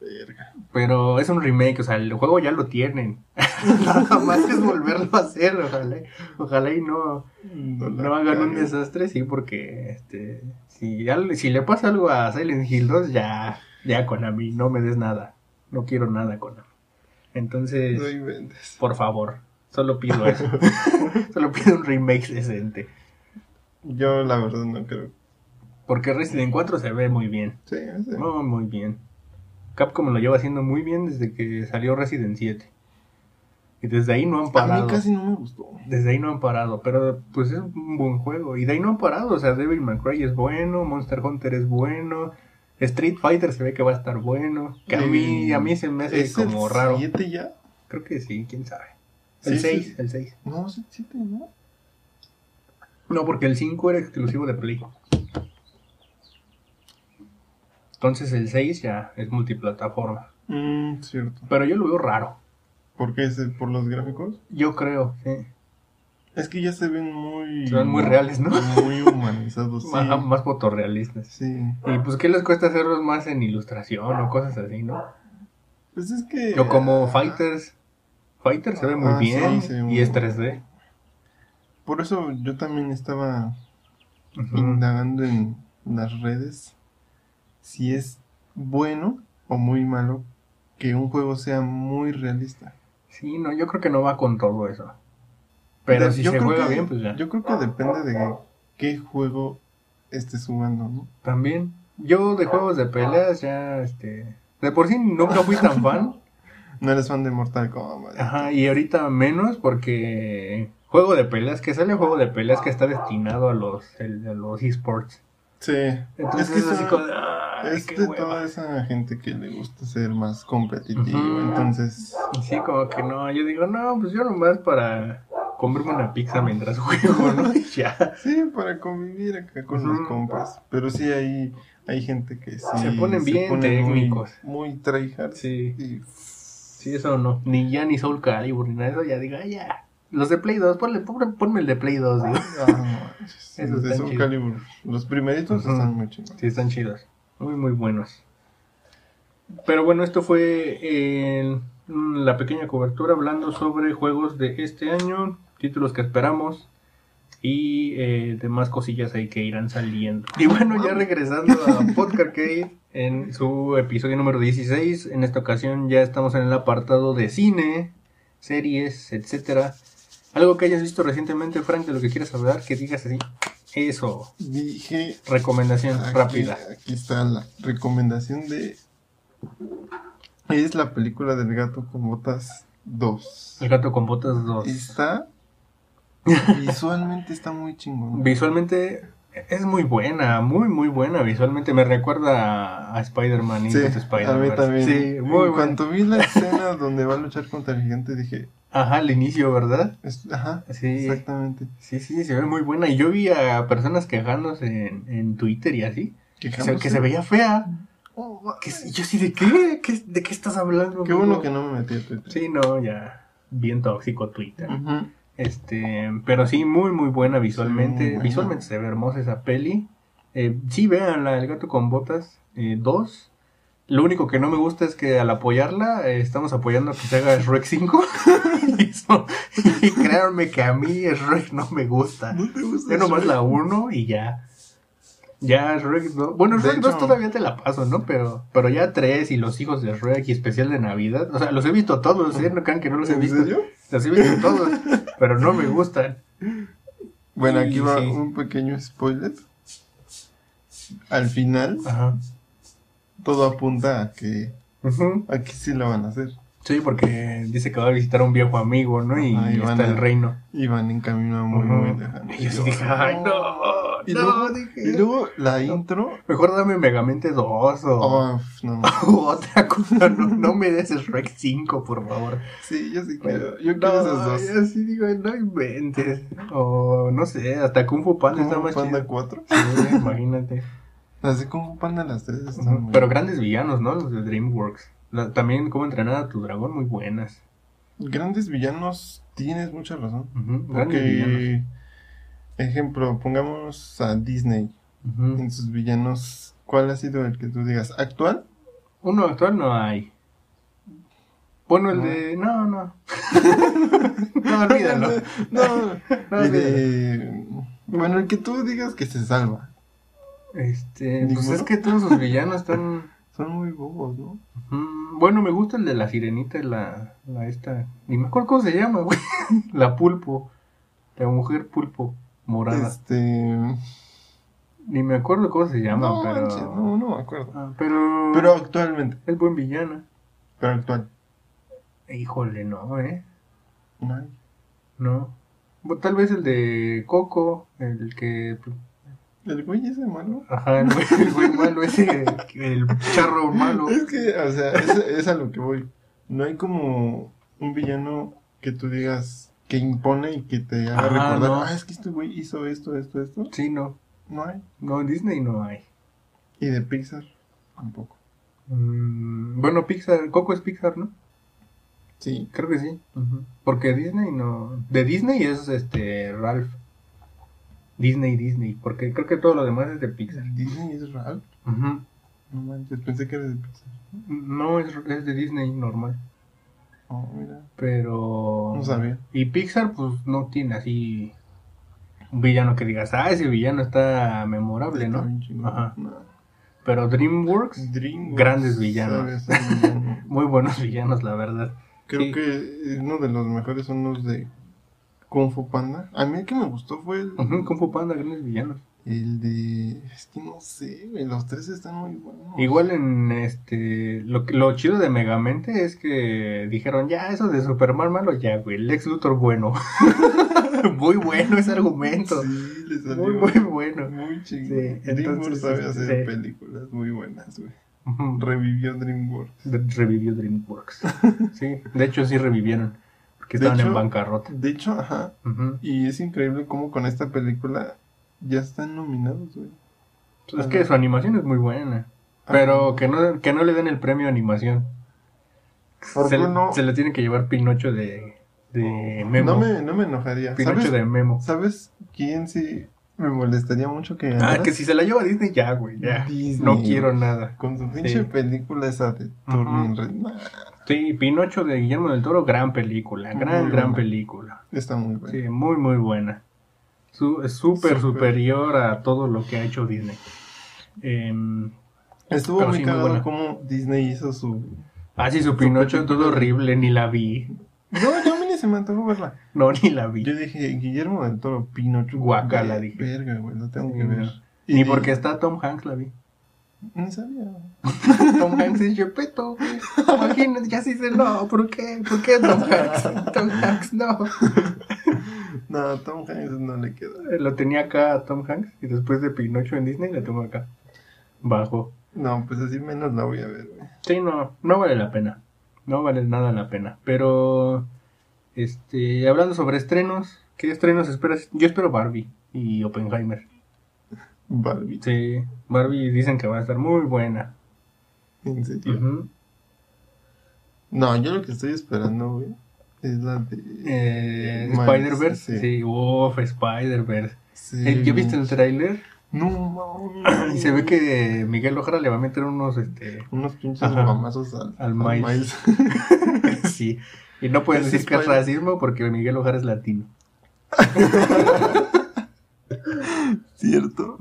[SPEAKER 2] Verga.
[SPEAKER 1] Pero es un remake, o sea, el juego ya lo tienen. Nada más es volverlo a hacer, ojalá. Ojalá y no,
[SPEAKER 2] No, la
[SPEAKER 1] no hagan un
[SPEAKER 2] cagué.
[SPEAKER 1] desastre, sí, porque este, si, ya, le- si le pasa algo a Silent Hill 2, ya, ya Konami, no me des nada. No quiero nada Konami. Entonces...
[SPEAKER 2] No inventes.
[SPEAKER 1] Por favor, solo pido eso. solo pido un remake decente.
[SPEAKER 2] Yo la verdad no creo.
[SPEAKER 1] Porque Resident 4 se ve muy bien.
[SPEAKER 2] Sí, ese.
[SPEAKER 1] No, muy bien. Capcom lo lleva haciendo muy bien desde que salió Resident 7. Y desde ahí no han
[SPEAKER 2] a
[SPEAKER 1] parado.
[SPEAKER 2] mí casi no me gustó.
[SPEAKER 1] Desde ahí no han parado, pero pues es un buen juego. Y de ahí no han parado. O sea, Devil May Cry es bueno, Monster Hunter es bueno, Street Fighter se ve que va a estar bueno. Que a mí,
[SPEAKER 2] El-
[SPEAKER 1] a mí se me hace
[SPEAKER 2] ¿Es
[SPEAKER 1] como
[SPEAKER 2] el
[SPEAKER 1] raro.
[SPEAKER 2] 7 ya?
[SPEAKER 1] Creo que sí, quién sabe. El
[SPEAKER 2] Sí, sí.
[SPEAKER 1] 6, el 6.
[SPEAKER 2] No, es el 7, ¿no?
[SPEAKER 1] No, porque el 5 era exclusivo de Play. Entonces el 6 ya es multiplataforma.
[SPEAKER 2] Mm, cierto.
[SPEAKER 1] Pero yo lo veo raro.
[SPEAKER 2] ¿Por qué? ¿Es el- ¿Por los gráficos?
[SPEAKER 1] Yo creo, sí.
[SPEAKER 2] Es que ya se ven muy...
[SPEAKER 1] Se ven muy reales, ¿no?
[SPEAKER 2] Muy humanizados, sí.
[SPEAKER 1] Más, más fotorrealistas.
[SPEAKER 2] Sí.
[SPEAKER 1] Y pues, ¿qué les cuesta hacerlos más en ilustración o cosas así, no?
[SPEAKER 2] Pues es que...
[SPEAKER 1] O como Fighters. Fighters se ve muy
[SPEAKER 2] Ah, sí,
[SPEAKER 1] bien
[SPEAKER 2] se ve muy
[SPEAKER 1] y es
[SPEAKER 2] bien.
[SPEAKER 1] 3D.
[SPEAKER 2] Por eso yo también estaba
[SPEAKER 1] Ujú.
[SPEAKER 2] indagando en las redes si es bueno o muy malo que un juego sea muy realista.
[SPEAKER 1] Sí, no, yo creo que no va con todo eso. Pero
[SPEAKER 2] De-
[SPEAKER 1] si
[SPEAKER 2] yo
[SPEAKER 1] se
[SPEAKER 2] creo
[SPEAKER 1] juega
[SPEAKER 2] que-
[SPEAKER 1] bien, pues ya.
[SPEAKER 2] Yo creo que depende de qué juego estés jugando, ¿no?
[SPEAKER 1] También. Yo de juegos de peleas ya, este... De por sí nunca fui tan fan.
[SPEAKER 2] No eres fan de Mortal Kombat.
[SPEAKER 1] Ajá, y ahorita menos porque... Juego de peleas, que sale juego de peleas que está destinado a los, el- a los esports.
[SPEAKER 2] Sí.
[SPEAKER 1] Entonces
[SPEAKER 2] es que
[SPEAKER 1] es así
[SPEAKER 2] son-
[SPEAKER 1] como de, "Ay,
[SPEAKER 2] es
[SPEAKER 1] qué
[SPEAKER 2] de
[SPEAKER 1] hueva".
[SPEAKER 2] toda esa gente que le gusta ser más competitivo.
[SPEAKER 1] Ujú.
[SPEAKER 2] Entonces,
[SPEAKER 1] Sí, como que no, yo digo, no, pues yo nomás para comerme una pizza mientras juego, ¿no? Y ya.
[SPEAKER 2] sí, para convivir acá con los
[SPEAKER 1] Ujú.
[SPEAKER 2] compas. Pero sí hay, hay gente que sí.
[SPEAKER 1] Se ponen bien
[SPEAKER 2] muy-
[SPEAKER 1] técnicos.
[SPEAKER 2] Muy, tryhard.
[SPEAKER 1] Sí,
[SPEAKER 2] Y
[SPEAKER 1] sí, eso no. Ni ya ni Soul Calibur, ni nada de eso, ya digo, "Ah, ya. Los de Play 2, ponle, ponle- ponme el de Play 2, digo.
[SPEAKER 2] Ah, no manches.
[SPEAKER 1] Eso
[SPEAKER 2] Los de
[SPEAKER 1] está
[SPEAKER 2] Soul
[SPEAKER 1] chido.
[SPEAKER 2] Calibur. Los primeritos
[SPEAKER 1] Ujú.
[SPEAKER 2] están muy chingados.
[SPEAKER 1] Sí, están chidos. Muy, muy buenos. Pero bueno, esto fue el- mm, la pequeña cobertura hablando sobre juegos de este año, títulos que esperamos y eh, demás cosillas ahí que irán saliendo. Y bueno, ya regresando a Podcarcade en su episodio número 16, en esta ocasión ya estamos en el apartado de cine, series, etcétera. Algo que hayas visto recientemente, Frank, de lo que quieras hablar, que digas así. Eso,
[SPEAKER 2] Dije.
[SPEAKER 1] recomendación
[SPEAKER 2] Aquí,
[SPEAKER 1] rápida.
[SPEAKER 2] aquí está la recomendación de. Es la película del gato con botas 2.
[SPEAKER 1] El gato con botas 2.
[SPEAKER 2] Está. Visualmente está muy chingón.
[SPEAKER 1] Visualmente es muy buena, muy, muy buena. Visualmente me recuerda a- a Spider-Man y
[SPEAKER 2] Sí, a mí
[SPEAKER 1] Spider-Man.
[SPEAKER 2] también.
[SPEAKER 1] Sí, muy
[SPEAKER 2] en
[SPEAKER 1] buena.
[SPEAKER 2] cuanto vi la escena donde va a luchar contra el gigante, dije.
[SPEAKER 1] Ajá, al inicio, ¿verdad?
[SPEAKER 2] es- ajá,
[SPEAKER 1] Sí.
[SPEAKER 2] exactamente.
[SPEAKER 1] Sí, sí, se ve muy buena. Y yo vi a personas quejándose en, en Twitter y así. Que se, que se veía fea.
[SPEAKER 2] Oh, ma-
[SPEAKER 1] Que, sí- yo sí, ¿de qué? ¿Qué- ¿De qué estás hablando?
[SPEAKER 2] Qué bueno que no me metí a Twitter.
[SPEAKER 1] Sí, no, ya. Bien tóxico Twitter.
[SPEAKER 2] Ujú.
[SPEAKER 1] Este, pero sí, muy, muy buena visualmente.
[SPEAKER 2] Sí, muy buena.
[SPEAKER 1] Visualmente se ve hermosa esa peli. Eh, sí, véanla, El gato con botas 2. Lo único que no me gusta es que al apoyarla, eh, estamos apoyando que se haga Shrek 5. y, eso- y créanme que a mí Shrek no me gusta.
[SPEAKER 2] ¿No te gusta
[SPEAKER 1] Ya nomás
[SPEAKER 2] Shrek?
[SPEAKER 1] la 1 y ya. Ya Shrek 2. Bueno,
[SPEAKER 2] De
[SPEAKER 1] Shrek 2
[SPEAKER 2] hecho-
[SPEAKER 1] todavía te la paso, ¿no? Pero, pero ya 3 y los hijos de Shrek y especial de Navidad. O sea, los he visto todos, ¿eh? No crean que no los he
[SPEAKER 2] ¿En
[SPEAKER 1] visto.
[SPEAKER 2] serio?
[SPEAKER 1] Los he visto todos, pero no me gustan.
[SPEAKER 2] Bueno,
[SPEAKER 1] Y
[SPEAKER 2] aquí va
[SPEAKER 1] sí.
[SPEAKER 2] un pequeño spoiler. Al final,
[SPEAKER 1] Ajá.
[SPEAKER 2] todo apunta a que aquí sí la van a hacer.
[SPEAKER 1] Sí, porque dice que va a visitar a un viejo amigo, ¿no? Y
[SPEAKER 2] Ajá, y
[SPEAKER 1] está
[SPEAKER 2] van a-
[SPEAKER 1] el reino.
[SPEAKER 2] Y van en camino muy,
[SPEAKER 1] Ujú.
[SPEAKER 2] muy lejano.
[SPEAKER 1] Y yo sí dije, ay, no,
[SPEAKER 2] Y
[SPEAKER 1] no,
[SPEAKER 2] luego,
[SPEAKER 1] dije.
[SPEAKER 2] y luego la intro.
[SPEAKER 1] Mejor dame Megamente 2 o,
[SPEAKER 2] Oh, f-
[SPEAKER 1] o
[SPEAKER 2] no.
[SPEAKER 1] otra cosa. No, no me des Shrek 5, por favor.
[SPEAKER 2] Sí, yo sí
[SPEAKER 1] Pero-
[SPEAKER 2] quiero. Yo quiero
[SPEAKER 1] No,
[SPEAKER 2] esas dos.
[SPEAKER 1] Yo sí digo, no inventes. O no sé, hasta Kung Fu Panda está
[SPEAKER 2] Kung
[SPEAKER 1] más
[SPEAKER 2] Fu Panda
[SPEAKER 1] chido.
[SPEAKER 2] 4.
[SPEAKER 1] Sí, imagínate.
[SPEAKER 2] Las de Kung Fu Panda, las tres están muy-
[SPEAKER 1] Pero grandes villanos, ¿no? Los de DreamWorks. La- también cómo entrenar a tu dragón, muy buenas.
[SPEAKER 2] Grandes villanos, tienes mucha razón.
[SPEAKER 1] Ujú, Grandes villanos.
[SPEAKER 2] Porque, ejemplo, pongamos a Disney
[SPEAKER 1] Ujú.
[SPEAKER 2] en sus villanos. ¿Cuál ha sido el que tú digas? ¿Actual?
[SPEAKER 1] Uno actual no hay. Bueno, el
[SPEAKER 2] No.
[SPEAKER 1] de. No, no. no, olvídalo.
[SPEAKER 2] No,
[SPEAKER 1] No,
[SPEAKER 2] y de... Bueno, el que tú digas que se salva.
[SPEAKER 1] Este. Pues
[SPEAKER 2] ¿Ninguno?
[SPEAKER 1] es que todos sus villanos están.
[SPEAKER 2] Son muy bobos, ¿no?
[SPEAKER 1] Mm, bueno, me gusta el de la sirenita y la, la esta. Ni me acuerdo cómo se llama, güey. La pulpo. La mujer pulpo morada.
[SPEAKER 2] Este...
[SPEAKER 1] Ni me acuerdo cómo se llama,
[SPEAKER 2] no,
[SPEAKER 1] pero.
[SPEAKER 2] manches, no, no me acuerdo.
[SPEAKER 1] Ah, pero.
[SPEAKER 2] Pero actualmente,
[SPEAKER 1] Es buen villano.
[SPEAKER 2] pero actual.
[SPEAKER 1] Híjole, no, eh.
[SPEAKER 2] No hay.
[SPEAKER 1] No. Bueno, Tal vez el de Coco, el que
[SPEAKER 2] El güey ese malo.
[SPEAKER 1] Ajá, el güey, el güey malo ese, el charro malo.
[SPEAKER 2] Es que, o sea, es, es a lo que voy. No hay como un villano que tú digas, que impone y que te haga
[SPEAKER 1] Ah,
[SPEAKER 2] recordar,
[SPEAKER 1] no.
[SPEAKER 2] ah, es que este güey hizo esto, esto, esto.
[SPEAKER 1] Sí, no.
[SPEAKER 2] No hay.
[SPEAKER 1] No, en Disney no hay.
[SPEAKER 2] Y de Pixar, tampoco.
[SPEAKER 1] Mm, bueno, Pixar, Coco es Pixar, ¿no?
[SPEAKER 2] Sí.
[SPEAKER 1] Creo que sí. Porque Disney no. De Disney es este Ralph. Disney, Disney. Porque creo que todo lo demás es de Pixar.
[SPEAKER 2] Disney es real. No manches, pensé que era de Pixar.
[SPEAKER 1] No es, es de Disney normal.
[SPEAKER 2] Oh, mira.
[SPEAKER 1] Pero.
[SPEAKER 2] No sabía.
[SPEAKER 1] Y Pixar, pues no tiene así. Un villano que digas, ah, ese villano está memorable,
[SPEAKER 2] Está
[SPEAKER 1] ¿no?
[SPEAKER 2] bien chingón.
[SPEAKER 1] Ajá.
[SPEAKER 2] No.
[SPEAKER 1] Pero DreamWorks,
[SPEAKER 2] Dreamworks
[SPEAKER 1] Grandes villanos.
[SPEAKER 2] sabe hacer villano.
[SPEAKER 1] muy buenos villanos, la verdad.
[SPEAKER 2] Creo
[SPEAKER 1] Sí.
[SPEAKER 2] que uno de los mejores son los de Kung Fu Panda. A mí el que me gustó fue el,
[SPEAKER 1] Ujú, Kung Fu Panda, grandes villanos.
[SPEAKER 2] el de. Es que no sé, güey, los tres están muy buenos.
[SPEAKER 1] Igual en este. Lo, que- lo chido de Megamente es que dijeron, ya, eso de Superman malo, ya, güey. Lex Luthor bueno. muy bueno ese argumento.
[SPEAKER 2] Sí, les salió
[SPEAKER 1] muy, muy bueno.
[SPEAKER 2] Muy chingón.
[SPEAKER 1] Sí, entonces,
[SPEAKER 2] DreamWorks sabe
[SPEAKER 1] este,
[SPEAKER 2] hacer
[SPEAKER 1] sí.
[SPEAKER 2] películas muy buenas, güey.
[SPEAKER 1] Ujú.
[SPEAKER 2] Revivió DreamWorks.
[SPEAKER 1] De- revivió DreamWorks. sí, de hecho sí revivieron. Porque
[SPEAKER 2] De
[SPEAKER 1] estaban en
[SPEAKER 2] hecho-
[SPEAKER 1] bancarrota.
[SPEAKER 2] De hecho, ajá.
[SPEAKER 1] Ujú.
[SPEAKER 2] Y es increíble cómo con esta película ya están nominados, güey.
[SPEAKER 1] Es que su animación es muy buena.
[SPEAKER 2] Ah,
[SPEAKER 1] Pero que no, que no le den el premio a animación.
[SPEAKER 2] ¿Por
[SPEAKER 1] Se,
[SPEAKER 2] qué
[SPEAKER 1] le-
[SPEAKER 2] no?
[SPEAKER 1] se le tiene que llevar Pinocho de, de Memo.
[SPEAKER 2] No me, no me enojaría.
[SPEAKER 1] Pinocho
[SPEAKER 2] ¿Sabes,
[SPEAKER 1] de Memo.
[SPEAKER 2] ¿Sabes quién sí me molestaría mucho que
[SPEAKER 1] Ah,
[SPEAKER 2] ganara?
[SPEAKER 1] que si se la lleva Disney, ya, güey, ya.
[SPEAKER 2] Disney.
[SPEAKER 1] No quiero nada.
[SPEAKER 2] Con su pinche
[SPEAKER 1] Sí.
[SPEAKER 2] película esa de Turning Red. nah,
[SPEAKER 1] Sí, Pinocho de Guillermo del Toro, gran película,
[SPEAKER 2] Muy
[SPEAKER 1] gran,
[SPEAKER 2] buena.
[SPEAKER 1] gran película.
[SPEAKER 2] está muy buena.
[SPEAKER 1] Sí, muy, muy buena. Su- es súper
[SPEAKER 2] Súper.
[SPEAKER 1] superior a todo lo que ha hecho Disney. Em,
[SPEAKER 2] Estuvo
[SPEAKER 1] Pero
[SPEAKER 2] muy
[SPEAKER 1] sí, muy
[SPEAKER 2] cagado
[SPEAKER 1] buena.
[SPEAKER 2] cómo Disney hizo su...
[SPEAKER 1] ah, sí, su
[SPEAKER 2] Su
[SPEAKER 1] Pinocho,
[SPEAKER 2] película.
[SPEAKER 1] todo horrible, ni la vi.
[SPEAKER 2] No, yo a mí ni se me antojó verla.
[SPEAKER 1] No, ni la vi.
[SPEAKER 2] Yo dije, Guillermo del Toro, Pinocho.
[SPEAKER 1] Guácala,
[SPEAKER 2] Ve-
[SPEAKER 1] dije.
[SPEAKER 2] Verga, güey, lo tengo
[SPEAKER 1] Sí,
[SPEAKER 2] que ver.
[SPEAKER 1] no.
[SPEAKER 2] Y
[SPEAKER 1] Ni
[SPEAKER 2] di-
[SPEAKER 1] porque está Tom Hanks la vi.
[SPEAKER 2] Ni sabía.
[SPEAKER 1] Tom Hanks es Gepetto, güey. Imagínate, ya se dice, no, ¿por qué? ¿Por qué Tom Hanks? Tom Hanks, no.
[SPEAKER 2] No, Tom Hanks no le queda.
[SPEAKER 1] Eh, Lo tenía acá a Tom Hanks y después de Pinocho en Disney la tengo acá. Bajo.
[SPEAKER 2] No, pues así menos la voy a ver, güey.
[SPEAKER 1] Sí, no, no vale la pena. No vale nada la pena. Pero, este, hablando sobre estrenos, ¿qué estrenos esperas? Yo espero Barbie y Oppenheimer.
[SPEAKER 2] Barbie,
[SPEAKER 1] Sí, Barbie dicen que va a estar muy buena.
[SPEAKER 2] en serio.
[SPEAKER 1] Ujú.
[SPEAKER 2] No, yo lo que estoy esperando, güey, es la de...
[SPEAKER 1] Eh,
[SPEAKER 2] Miles,
[SPEAKER 1] Spider-Verse.
[SPEAKER 2] sí.
[SPEAKER 1] Sí, uff, Spider-Verse.
[SPEAKER 2] Sí.
[SPEAKER 1] Eh, ¿Ya viste el tráiler?
[SPEAKER 2] No, mames.
[SPEAKER 1] Y se ve que eh, Miguel Ojara le va a meter unos, este...
[SPEAKER 2] Unos pinches
[SPEAKER 1] Ajá.
[SPEAKER 2] mamazos al,
[SPEAKER 1] Al Miles. sí. Y no pueden
[SPEAKER 2] Es
[SPEAKER 1] decir que es
[SPEAKER 2] Spider-
[SPEAKER 1] racismo porque Miguel Ojara es latino.
[SPEAKER 2] ¿Cierto?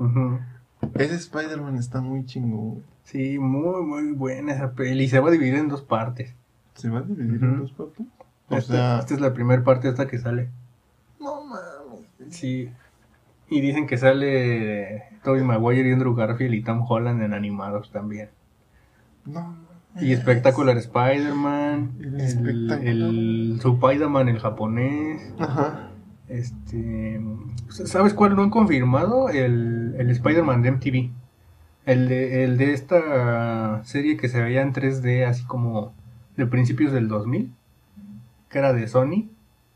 [SPEAKER 2] Ese Spider-Man está muy chingón, güey.
[SPEAKER 1] Sí, muy, muy buena esa peli. Se va a dividir en dos partes.
[SPEAKER 2] ¿Se va a dividir en
[SPEAKER 1] Ujú. Este,
[SPEAKER 2] dos partes? O
[SPEAKER 1] esta,
[SPEAKER 2] sea...
[SPEAKER 1] esta es la primera parte, esta que sale.
[SPEAKER 2] No mames. güey.
[SPEAKER 1] Sí. Y dicen que sale eh,
[SPEAKER 2] Eh.
[SPEAKER 1] Tobey Maguire y Andrew Garfield y Tom Holland en animados también.
[SPEAKER 2] No mames.
[SPEAKER 1] Y Spectacular Spider-Man.
[SPEAKER 2] Ah, El
[SPEAKER 1] El,
[SPEAKER 2] Spectacular.
[SPEAKER 1] el Spider-Man, el japonés.
[SPEAKER 2] Ajá.
[SPEAKER 1] Este. ¿Sabes cuál no han confirmado? El, el Spider-Man de MTV. El de, el de esta serie que se veía en 3D, así como de principios del 2000, que era de Sony,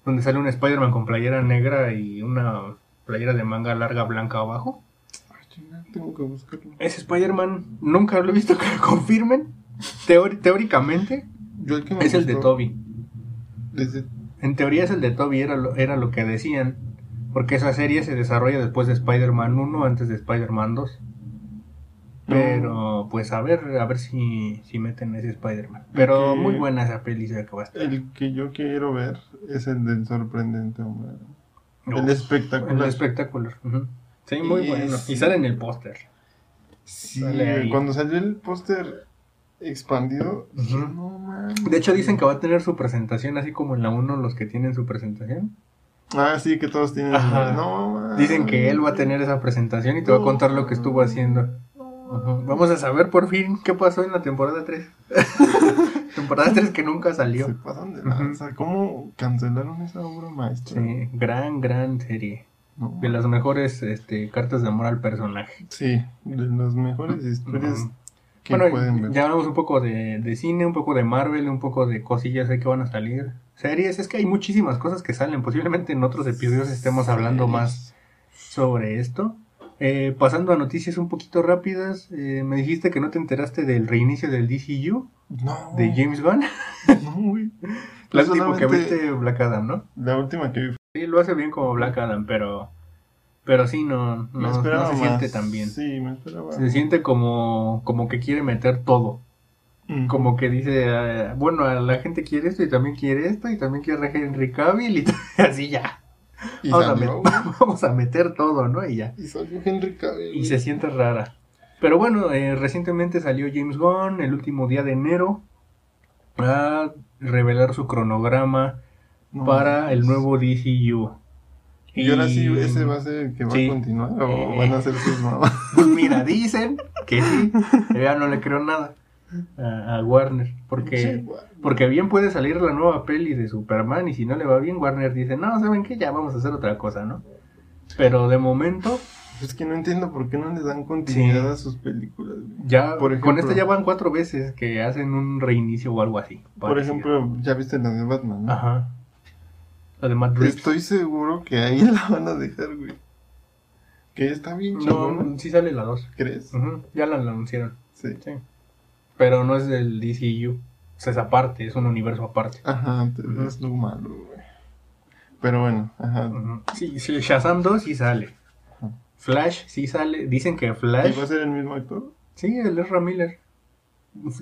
[SPEAKER 1] donde sale un Spider-Man con playera negra y una playera de manga larga blanca abajo.
[SPEAKER 2] Ay, chinga, tengo que buscarlo.
[SPEAKER 1] Ese Spider-Man nunca lo he visto que lo confirmen. Teori- teóricamente
[SPEAKER 2] Yo el que me
[SPEAKER 1] es el de
[SPEAKER 2] gustó
[SPEAKER 1] Toby.
[SPEAKER 2] desde-
[SPEAKER 1] En teoría es el de Toby, era lo, era lo que decían. Porque esa serie se desarrolla después de Spider-Man 1, antes de Spider-Man 2. Pero, pues a ver, a ver si, si meten ese Spider-Man. Pero
[SPEAKER 2] Ok.
[SPEAKER 1] muy buena esa peli, se ve que va a estar.
[SPEAKER 2] El que yo quiero ver es el del sorprendente hombre.
[SPEAKER 1] Uf,
[SPEAKER 2] El espectacular.
[SPEAKER 1] el espectacular. ujú. Sí, muy
[SPEAKER 2] Y
[SPEAKER 1] bueno.
[SPEAKER 2] es-
[SPEAKER 1] Y sale en el póster.
[SPEAKER 2] sí,
[SPEAKER 1] Sale ahí.
[SPEAKER 2] cuando salió el póster expandido, dije,
[SPEAKER 1] Ujú.
[SPEAKER 2] no mames.
[SPEAKER 1] De hecho, dicen que va a tener su presentación, así como en la 1 los que tienen su presentación.
[SPEAKER 2] Ah, sí, que todos tienen.
[SPEAKER 1] Ajá.
[SPEAKER 2] No mames.
[SPEAKER 1] Dicen que él va
[SPEAKER 2] Ah.
[SPEAKER 1] a tener esa presentación y te va a contar lo que estuvo haciendo. Ujú. Vamos a saber por fin qué pasó en la temporada 3. temporada 3 que nunca
[SPEAKER 2] Se
[SPEAKER 1] salió.
[SPEAKER 2] pasan de lanza. ¿Cómo cancelaron esa obra maestra?
[SPEAKER 1] Sí, gran, gran serie.
[SPEAKER 2] No
[SPEAKER 1] De las mejores este, cartas de amor al personaje.
[SPEAKER 2] Sí, de las mejores
[SPEAKER 1] Ujú.
[SPEAKER 2] historias que
[SPEAKER 1] bueno,
[SPEAKER 2] pueden ver.
[SPEAKER 1] ya hablamos un poco de, de cine, un poco de Marvel, un poco de cosillas ahí que van a salir. Series, es que hay muchísimas cosas que salen. Posiblemente en otros episodios estemos hablando más sobre esto. Eh, pasando a noticias un poquito rápidas, eh, me dijiste que no te enteraste del reinicio del DCU
[SPEAKER 2] No,
[SPEAKER 1] de James Gunn.
[SPEAKER 2] no, güey.
[SPEAKER 1] La tipo que
[SPEAKER 2] solamente-
[SPEAKER 1] viste Black Adam, ¿no?
[SPEAKER 2] La última que vi fue-
[SPEAKER 1] Pues Sí, lo hace bien como Black Adam, pero, pero sí, no,
[SPEAKER 2] me
[SPEAKER 1] no, no
[SPEAKER 2] esperaba
[SPEAKER 1] se
[SPEAKER 2] más.
[SPEAKER 1] siente tan bien.
[SPEAKER 2] Sí, me esperaba.
[SPEAKER 1] Se siente como, como que quiere meter todo.
[SPEAKER 2] Mm.
[SPEAKER 1] Como que dice, eh, bueno, a la gente quiere esto y también quiere esto y también quiere a Henry Cavill y así ya.
[SPEAKER 2] Y
[SPEAKER 1] Vamos a,
[SPEAKER 2] salió,
[SPEAKER 1] met- vamos a meter todo, ¿no? Y ya.
[SPEAKER 2] y salió Henry Cavill.
[SPEAKER 1] Y se siente rara. Pero bueno, eh, recientemente salió James Gunn el último día de enero a revelar su cronograma
[SPEAKER 2] No,
[SPEAKER 1] para el
[SPEAKER 2] pues.
[SPEAKER 1] nuevo DCU.
[SPEAKER 2] Y ahora sí, ese va a ser el que va
[SPEAKER 1] Sí.
[SPEAKER 2] a continuar o
[SPEAKER 1] Eh.
[SPEAKER 2] van a ser sus mamás.
[SPEAKER 1] Pues mira, dicen que sí. Yo Ya no le creo nada a, a Warner.
[SPEAKER 2] Sí,
[SPEAKER 1] Porque,
[SPEAKER 2] güey.
[SPEAKER 1] porque bien puede salir la nueva peli de Superman y si no le va bien, Warner dice, no, ¿saben qué? Ya vamos a hacer otra cosa, ¿no? Pero de momento,
[SPEAKER 2] Pues Es que no entiendo por qué no le dan continuidad
[SPEAKER 1] Sí.
[SPEAKER 2] a sus películas. güey.
[SPEAKER 1] ya
[SPEAKER 2] Por
[SPEAKER 1] con
[SPEAKER 2] ejemplo-
[SPEAKER 1] esto ya van cuatro veces que hacen un reinicio o algo así.
[SPEAKER 2] Por
[SPEAKER 1] parecido.
[SPEAKER 2] ejemplo, ya viste la de Batman, ¿no?
[SPEAKER 1] Ajá. La de Matt Reeves.
[SPEAKER 2] Estoy seguro que ahí la van a dejar, güey. Que está bien chingona.
[SPEAKER 1] No, sí sale la dos.
[SPEAKER 2] ¿Crees?
[SPEAKER 1] Ujú, Ya la anunciaron.
[SPEAKER 2] Sí.
[SPEAKER 1] Sí. Pero no es del E DCU. Es esa parte, es un universo aparte.
[SPEAKER 2] Ajá, te-
[SPEAKER 1] Ujú.
[SPEAKER 2] es lo malo, güey. Pero bueno, ajá.
[SPEAKER 1] Ujú. Sí, sí, Shazam 2 sí sale.
[SPEAKER 2] Ujú.
[SPEAKER 1] Flash sí sale. Dicen que
[SPEAKER 2] ¿Y
[SPEAKER 1] Flash.
[SPEAKER 2] va a ser el mismo actor?
[SPEAKER 1] Sí, el Ezra Miller.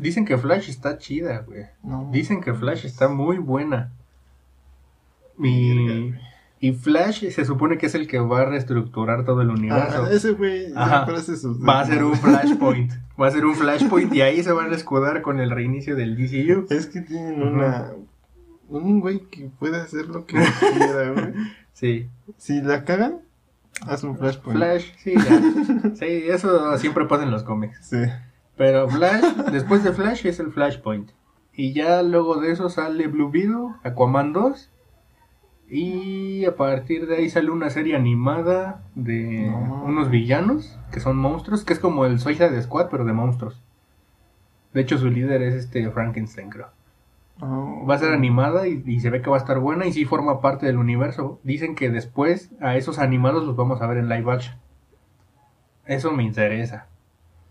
[SPEAKER 1] Dicen que Flash está chida, güey.
[SPEAKER 2] No.
[SPEAKER 1] Dicen que Flash está muy buena. Y, y Flash se supone que es el que va a reestructurar todo el universo.
[SPEAKER 2] Ah, ese güey
[SPEAKER 1] Ajá.
[SPEAKER 2] siempre hace sus.
[SPEAKER 1] Va a ser un Flashpoint. Va a ser un Flashpoint y ahí se van a escudar con el reinicio del DCU.
[SPEAKER 2] Es que tienen una. Un güey que puede hacer lo que quiera, güey.
[SPEAKER 1] Sí.
[SPEAKER 2] Si la cagan, haz un flashpoint.
[SPEAKER 1] Flash, sí, ya. Sí, eso siempre pasa en los cómics.
[SPEAKER 2] Sí.
[SPEAKER 1] Pero Flash, después de Flash es el Flashpoint. Y ya luego de eso sale Blue Beetle, Aquaman 2. Y a partir de ahí sale una serie animada de
[SPEAKER 2] No mames.
[SPEAKER 1] unos villanos que son monstruos, que es como el Suicide Squad, pero de monstruos. De hecho, su líder es este Frankenstein, creo.
[SPEAKER 2] Oh.
[SPEAKER 1] Va a ser animada y, y se ve que va a estar buena y sí forma parte del universo. Dicen que después a esos animados los vamos a ver en live action. Eso me interesa.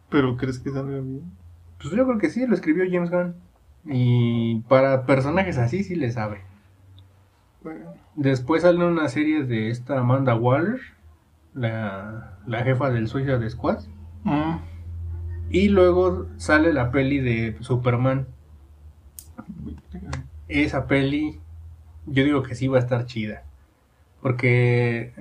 [SPEAKER 2] Pero crees que salga bien.
[SPEAKER 1] Pues yo creo que sí, lo escribió James Gunn. Y para personajes así sí le sabe.
[SPEAKER 2] Bueno,
[SPEAKER 1] Después sale una serie de esta Amanda Waller, la, la jefa del Suicide Squad. Mm. Y luego sale la peli de Superman. Esa peli yo digo que sí va a estar chida. Porque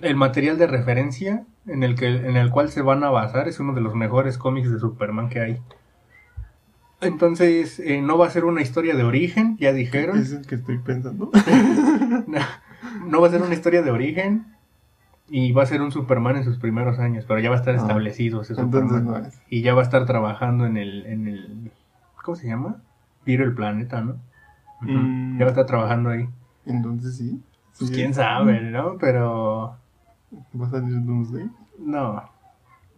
[SPEAKER 1] el material de referencia en el, que, en el cual se van a basar es uno de los mejores cómics de Superman que hay. Entonces, eh, no va a ser una historia de origen, ya dijeron.
[SPEAKER 2] Es el que estoy pensando.
[SPEAKER 1] No, no va a ser una historia de origen. Y va a ser un Superman en sus primeros años, pero ya va a estar
[SPEAKER 2] Ah,
[SPEAKER 1] establecido ese
[SPEAKER 2] Entonces
[SPEAKER 1] Superman.
[SPEAKER 2] no es.
[SPEAKER 1] Y ya va a estar trabajando en el, en el ¿cómo se llama? Tiro el planeta, ¿no? Ujú.
[SPEAKER 2] Mm.
[SPEAKER 1] Ya va a estar trabajando ahí.
[SPEAKER 2] Entonces sí.
[SPEAKER 1] Pues
[SPEAKER 2] Sí,
[SPEAKER 1] quién sabe, ¿no? Pero
[SPEAKER 2] Va a salir Doomsday.
[SPEAKER 1] no.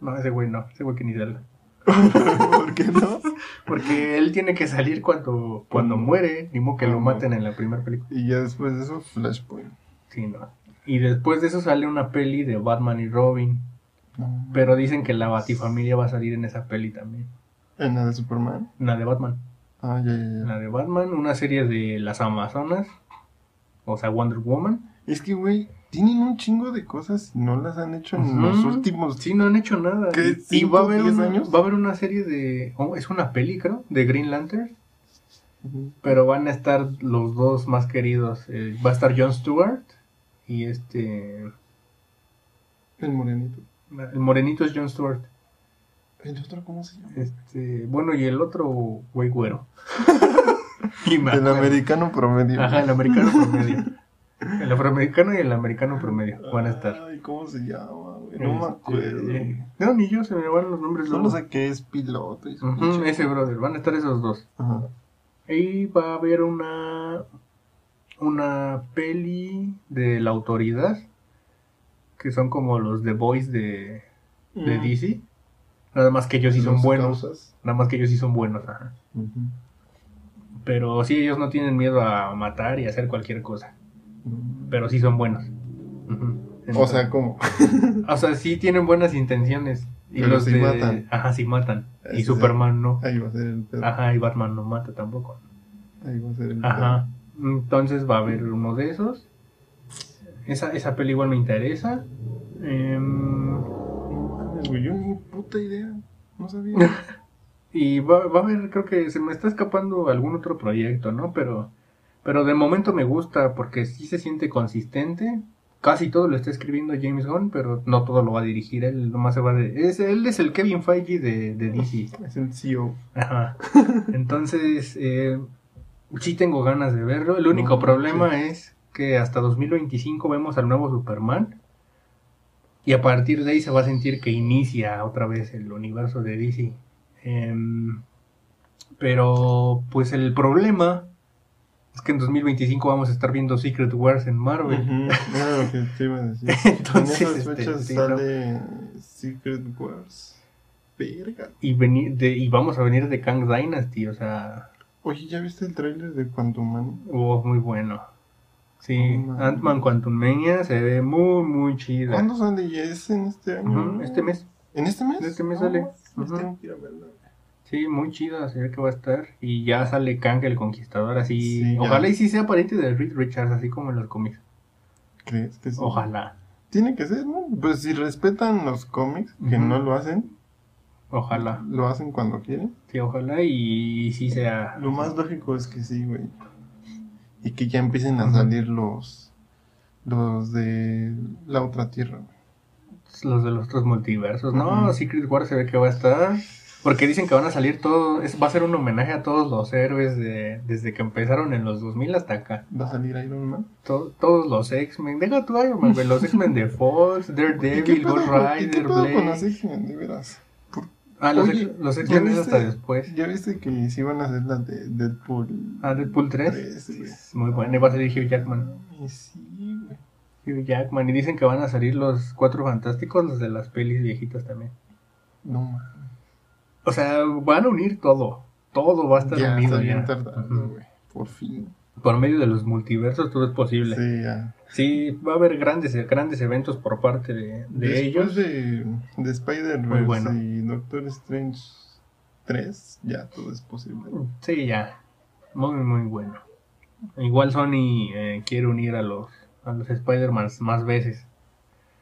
[SPEAKER 1] No, ese güey no, ese güey que ni salga.
[SPEAKER 2] ¿Por qué no?
[SPEAKER 1] Porque él tiene que salir cuando, cuando
[SPEAKER 2] Cuando-
[SPEAKER 1] muere, ni modo que lo
[SPEAKER 2] cuando-
[SPEAKER 1] maten en la primera película.
[SPEAKER 2] Y ya después de eso, Flashpoint.
[SPEAKER 1] Sí, no. Y después de eso sale una peli de Batman y Robin.
[SPEAKER 2] No.
[SPEAKER 1] Pero dicen que la Batifamilia va a salir en esa peli también.
[SPEAKER 2] En la de Superman.
[SPEAKER 1] La de Batman.
[SPEAKER 2] Ah, ya, ya, ya.
[SPEAKER 1] La de Batman, una serie de las Amazonas. O sea, Wonder Woman.
[SPEAKER 2] Es que, güey, tienen un chingo de cosas y no las han hecho en
[SPEAKER 1] Ujú.
[SPEAKER 2] los últimos.
[SPEAKER 1] Pues Sí, no han hecho nada.
[SPEAKER 2] ¿Qué,
[SPEAKER 1] Y- Y
[SPEAKER 2] cinco,
[SPEAKER 1] va a, haber
[SPEAKER 2] diez
[SPEAKER 1] una,
[SPEAKER 2] años?
[SPEAKER 1] va a haber una serie de. oh, es una peli, creo, de Green Lantern.
[SPEAKER 2] Ujú.
[SPEAKER 1] Pero van a estar los dos más queridos. eh, va a estar Jon Stewart y este.
[SPEAKER 2] El morenito.
[SPEAKER 1] El morenito es Jon Stewart.
[SPEAKER 2] ¿El otro cómo se llama?
[SPEAKER 1] Este, bueno, y el otro güey güero. Y me
[SPEAKER 2] El
[SPEAKER 1] acuerdo.
[SPEAKER 2] americano promedio.
[SPEAKER 1] Ajá, el americano promedio. El afroamericano y el americano promedio van a estar.
[SPEAKER 2] Ay, ¿cómo se llama, güey? No me
[SPEAKER 1] Este,
[SPEAKER 2] acuerdo.
[SPEAKER 1] eh, no, ni yo se me van los nombres.
[SPEAKER 2] Solo
[SPEAKER 1] luego.
[SPEAKER 2] Pues sé que es piloto. Y su
[SPEAKER 1] Ujú,
[SPEAKER 2] pinche-
[SPEAKER 1] ese brother, van a estar esos dos.
[SPEAKER 2] Ajá.
[SPEAKER 1] Y va a haber una una peli de la autoridad que son como los The Boys de, de
[SPEAKER 2] Mm.
[SPEAKER 1] DC Nada más que ellos sí son
[SPEAKER 2] Los
[SPEAKER 1] buenos.
[SPEAKER 2] causas.
[SPEAKER 1] Nada más que ellos sí son buenos, ajá.
[SPEAKER 2] Ujú.
[SPEAKER 1] Pero sí, ellos no tienen miedo a matar y a hacer cualquier cosa.
[SPEAKER 2] Mm.
[SPEAKER 1] Pero sí son buenos. Ujú.
[SPEAKER 2] O
[SPEAKER 1] Entonces-
[SPEAKER 2] sea, como.
[SPEAKER 1] o sea, sí tienen buenas intenciones. Y
[SPEAKER 2] Pero
[SPEAKER 1] los
[SPEAKER 2] sí
[SPEAKER 1] de-
[SPEAKER 2] matan. Este,
[SPEAKER 1] Ajá, sí matan. y
[SPEAKER 2] Ese-
[SPEAKER 1] Superman no.
[SPEAKER 2] Ahí va a ser el pedo.
[SPEAKER 1] Ajá, y Batman no mata tampoco.
[SPEAKER 2] Ahí va a ser el
[SPEAKER 1] Ajá. Entonces va a haber uno de esos. Esa, esa peli igual me interesa. Em,
[SPEAKER 2] pedo. No mames, güey, yo ni puta idea. No sabía.
[SPEAKER 1] y va, va a haber, creo que se me está escapando algún otro proyecto, ¿no? Pero, pero de momento me gusta porque sí se siente consistente. Casi todo lo está escribiendo James Gunn, pero no todo lo va a dirigir él. Nomás se va de. Es, él es el Kevin Feige de, de DC.
[SPEAKER 2] es el E CEO.
[SPEAKER 1] Ajá. Entonces, eh, sí tengo ganas de verlo. El único
[SPEAKER 2] No,
[SPEAKER 1] problema es que hasta 2025 vemos al nuevo Superman. Y a partir de ahí se va a sentir que inicia otra vez el universo de DC. Em, pero, pues el problema es que en 2025 vamos a estar viendo Secret Wars en Marvel.
[SPEAKER 2] Ujú, Era lo que te iba a decir.
[SPEAKER 1] Entonces,
[SPEAKER 2] en esas
[SPEAKER 1] este,
[SPEAKER 2] fechas
[SPEAKER 1] sí, ¿no?
[SPEAKER 2] sale Secret Wars. Verga.
[SPEAKER 1] Y, veni- de- y vamos a venir de Kang Dynasty, o sea,
[SPEAKER 2] Oye, ¿ya viste el tráiler de Quantum Man?
[SPEAKER 1] Oh, muy bueno. Sí,
[SPEAKER 2] No mames. Ah,
[SPEAKER 1] Ant-Man Quantumania se ve muy, muy chida.
[SPEAKER 2] ¿Cuándo sale? ¿Ya es en este año?
[SPEAKER 1] Ujú, Este mes.
[SPEAKER 2] ¿En este mes?
[SPEAKER 1] En este mes
[SPEAKER 2] Ah,
[SPEAKER 1] sale.
[SPEAKER 2] pues,
[SPEAKER 1] Ujú.
[SPEAKER 2] tengo que ir a verlo.
[SPEAKER 1] Sí, muy chida, se ve que va a estar. Y ya sale Kang el Conquistador, así.
[SPEAKER 2] Sí, ya.
[SPEAKER 1] Ojalá y sí sea pariente de Reed Richards, así como en los cómics.
[SPEAKER 2] ¿Crees que sí?
[SPEAKER 1] Ojalá,
[SPEAKER 2] Tiene que ser, ¿no? Pues si respetan los cómics, que
[SPEAKER 1] Ujú.
[SPEAKER 2] no lo hacen,
[SPEAKER 1] ojalá.
[SPEAKER 2] lo hacen cuando quieren.
[SPEAKER 1] Sí, ojalá y sí sea.
[SPEAKER 2] Lo más lógico es que sí, güey. Y que ya empiecen a
[SPEAKER 1] Ujú.
[SPEAKER 2] salir los los de la otra tierra. güey.
[SPEAKER 1] Los de los otros multiversos. No,
[SPEAKER 2] Ujú.
[SPEAKER 1] Secret War se ve que va a estar. Porque dicen que van a salir todos. es- Va a ser un homenaje a todos los héroes de, desde que empezaron en los 2000 hasta acá.
[SPEAKER 2] Va a salir Iron Man.
[SPEAKER 1] To- todos los X-Men, deja tu Iron Man, güey, los X-Men de Fox,
[SPEAKER 2] ¿Y qué
[SPEAKER 1] Daredevil,
[SPEAKER 2] pedo,
[SPEAKER 1] Ghost
[SPEAKER 2] con- y qué
[SPEAKER 1] Rider,
[SPEAKER 2] pedo con las
[SPEAKER 1] Blade.
[SPEAKER 2] X-Men, de veras?
[SPEAKER 1] Ah, los,
[SPEAKER 2] Oye,
[SPEAKER 1] X- los
[SPEAKER 2] ¿ya
[SPEAKER 1] X-Men es hasta
[SPEAKER 2] viste?
[SPEAKER 1] después.
[SPEAKER 2] Ya viste que sí van a hacer la de Deadpool.
[SPEAKER 1] Ah, Deadpool 3.
[SPEAKER 2] Tres, güey.
[SPEAKER 1] Es muy bueno, y va a salir Hugh Jackman.
[SPEAKER 2] Y sí, güey.
[SPEAKER 1] Hugh Jackman, y dicen que van a salir los cuatro fantásticos, los de las pelis viejitas también.
[SPEAKER 2] No mames.
[SPEAKER 1] O sea, van a unir todo. Todo va a estar
[SPEAKER 2] Ya está
[SPEAKER 1] unido
[SPEAKER 2] bien
[SPEAKER 1] ya.
[SPEAKER 2] tardado,
[SPEAKER 1] Ujú.
[SPEAKER 2] güey. Por fin.
[SPEAKER 1] Por medio de los multiversos todo es posible. Sí,
[SPEAKER 2] Sí, ya.
[SPEAKER 1] va a haber grandes, grandes eventos por parte de, de
[SPEAKER 2] Después
[SPEAKER 1] ellos.
[SPEAKER 2] de, de
[SPEAKER 1] Muy
[SPEAKER 2] Spider-Verse
[SPEAKER 1] bueno.
[SPEAKER 2] y Doctor Strange 3, ya todo es posible.
[SPEAKER 1] Sí, ya. Muy, muy bueno. Igual Sony eh, quiere unir a los, a los Spider-Man más veces.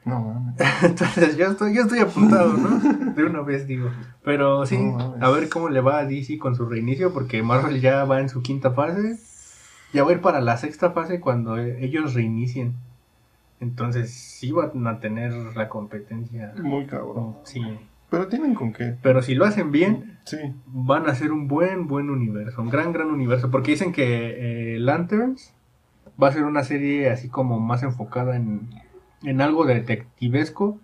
[SPEAKER 2] No mames.
[SPEAKER 1] Entonces yo estoy, yo estoy apuntado, ¿no? De una vez digo. Pero sí,
[SPEAKER 2] No mames.
[SPEAKER 1] a ver cómo le va a DC con su reinicio, porque Marvel ya va en su quinta fase. Ya va a ir para la sexta fase cuando eh, ellos reinicien. Entonces sí van a tener la competencia.
[SPEAKER 2] Muy cabrón.
[SPEAKER 1] Sí.
[SPEAKER 2] Pero tienen con qué.
[SPEAKER 1] Pero si lo hacen bien,
[SPEAKER 2] Sí.
[SPEAKER 1] van a ser un buen, buen universo, un gran, gran universo, porque dicen que eh, Lanterns va a ser una serie así como más enfocada en, en algo detectivesco,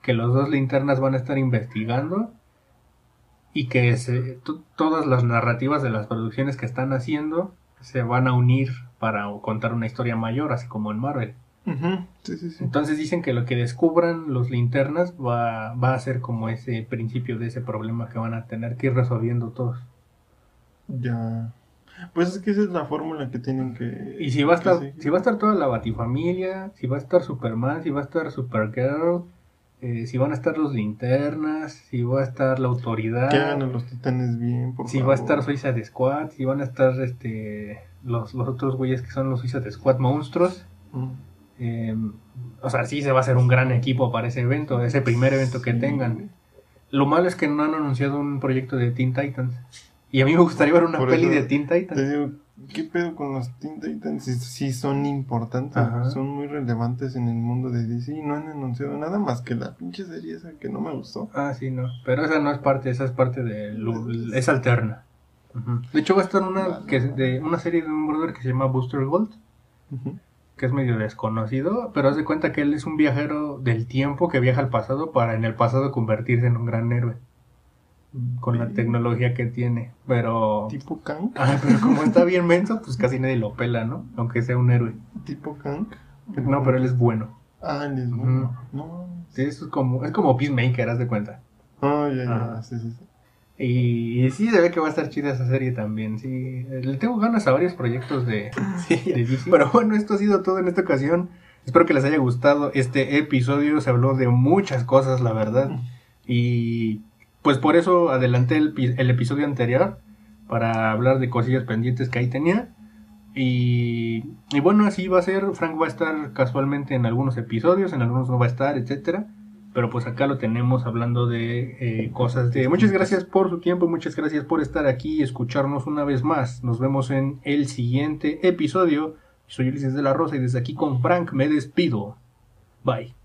[SPEAKER 1] que los dos linternas van a estar investigando y que se- to- todas las narrativas de las producciones que están haciendo se van a unir para contar una historia mayor, así como en Marvel.
[SPEAKER 2] Ujú. Sí, sí, sí.
[SPEAKER 1] Entonces dicen que lo que descubran los linternas va, va a ser como ese principio de ese problema que van a tener que ir resolviendo todos.
[SPEAKER 2] Ya. Pues es que esa es la fórmula que tienen que.
[SPEAKER 1] Y si va a
[SPEAKER 2] que
[SPEAKER 1] estar,
[SPEAKER 2] seguir.
[SPEAKER 1] si va a estar toda la Batifamilia, si va a estar Superman, si va a estar Supergirl, eh, si van a estar los linternas, si va a estar la
[SPEAKER 2] Que hagan a
[SPEAKER 1] autoridad,
[SPEAKER 2] los titanes bien, por
[SPEAKER 1] si
[SPEAKER 2] favor.
[SPEAKER 1] va a estar Suicide Squad, si van a estar este los, los otros güeyes que son los Suicide Squad monstruos.
[SPEAKER 2] Mm.
[SPEAKER 1] eh, o sea, sí se va a hacer un gran equipo para ese evento, ese primer evento que
[SPEAKER 2] Sí,
[SPEAKER 1] tengan.
[SPEAKER 2] güey.
[SPEAKER 1] Lo malo es que no han anunciado un proyecto de Teen Titans. Y a mí me gustaría ver una
[SPEAKER 2] Por
[SPEAKER 1] peli
[SPEAKER 2] eso
[SPEAKER 1] de Teen Titans.
[SPEAKER 2] Te digo, ¿qué pedo con los Teen Titans? Sí, sí son importantes,
[SPEAKER 1] Ajá.
[SPEAKER 2] son muy relevantes en el mundo de DC y no han anunciado nada más que la pinche serie esa que no me gustó.
[SPEAKER 1] Ah, sí, no. Pero esa no es parte, esa es parte de... lo- es alterna. Ujú. De hecho va a estar una, que es de, una serie de un brother que se llama Booster Gold,
[SPEAKER 2] Ujú.
[SPEAKER 1] que es medio desconocido, pero haz de cuenta que él es un viajero del tiempo que viaja al pasado para en el pasado convertirse en un gran héroe, con la
[SPEAKER 2] Sí.
[SPEAKER 1] tecnología que tiene. Pero...
[SPEAKER 2] Tipo Kang,
[SPEAKER 1] Ah, pero como está bien menso, pues casi nadie lo pela, ¿no? Aunque sea un héroe.
[SPEAKER 2] tipo Kang.
[SPEAKER 1] No, pero él es bueno.
[SPEAKER 2] Ah, él es
[SPEAKER 1] Ujú.
[SPEAKER 2] bueno. No,
[SPEAKER 1] Sí, eso es como, es como Peacemaker, haz de cuenta.
[SPEAKER 2] Oh, ya, ya,
[SPEAKER 1] Ajá.
[SPEAKER 2] sí, sí, sí.
[SPEAKER 1] Y, y sí, se ve que va a estar chida esa serie también. Sí, le tengo ganas a varios proyectos de, de DC. Pero bueno, esto ha sido todo en esta ocasión. Espero que les haya gustado este episodio. Se habló de muchas cosas, la verdad. Y pues por eso adelanté el, pi- el episodio anterior para hablar de cosillas pendientes que ahí tenía. Y, y bueno, así va a ser. Frank va a estar casualmente en algunos episodios, en algunos no va a estar, etcétera. Pero pues acá lo tenemos hablando de eh, cosas de... Muchas gracias por su tiempo, muchas gracias por estar aquí y escucharnos una vez más. Nos vemos en el siguiente episodio. Soy Ulises de la Rosa y desde aquí con Frank me despido. Bye.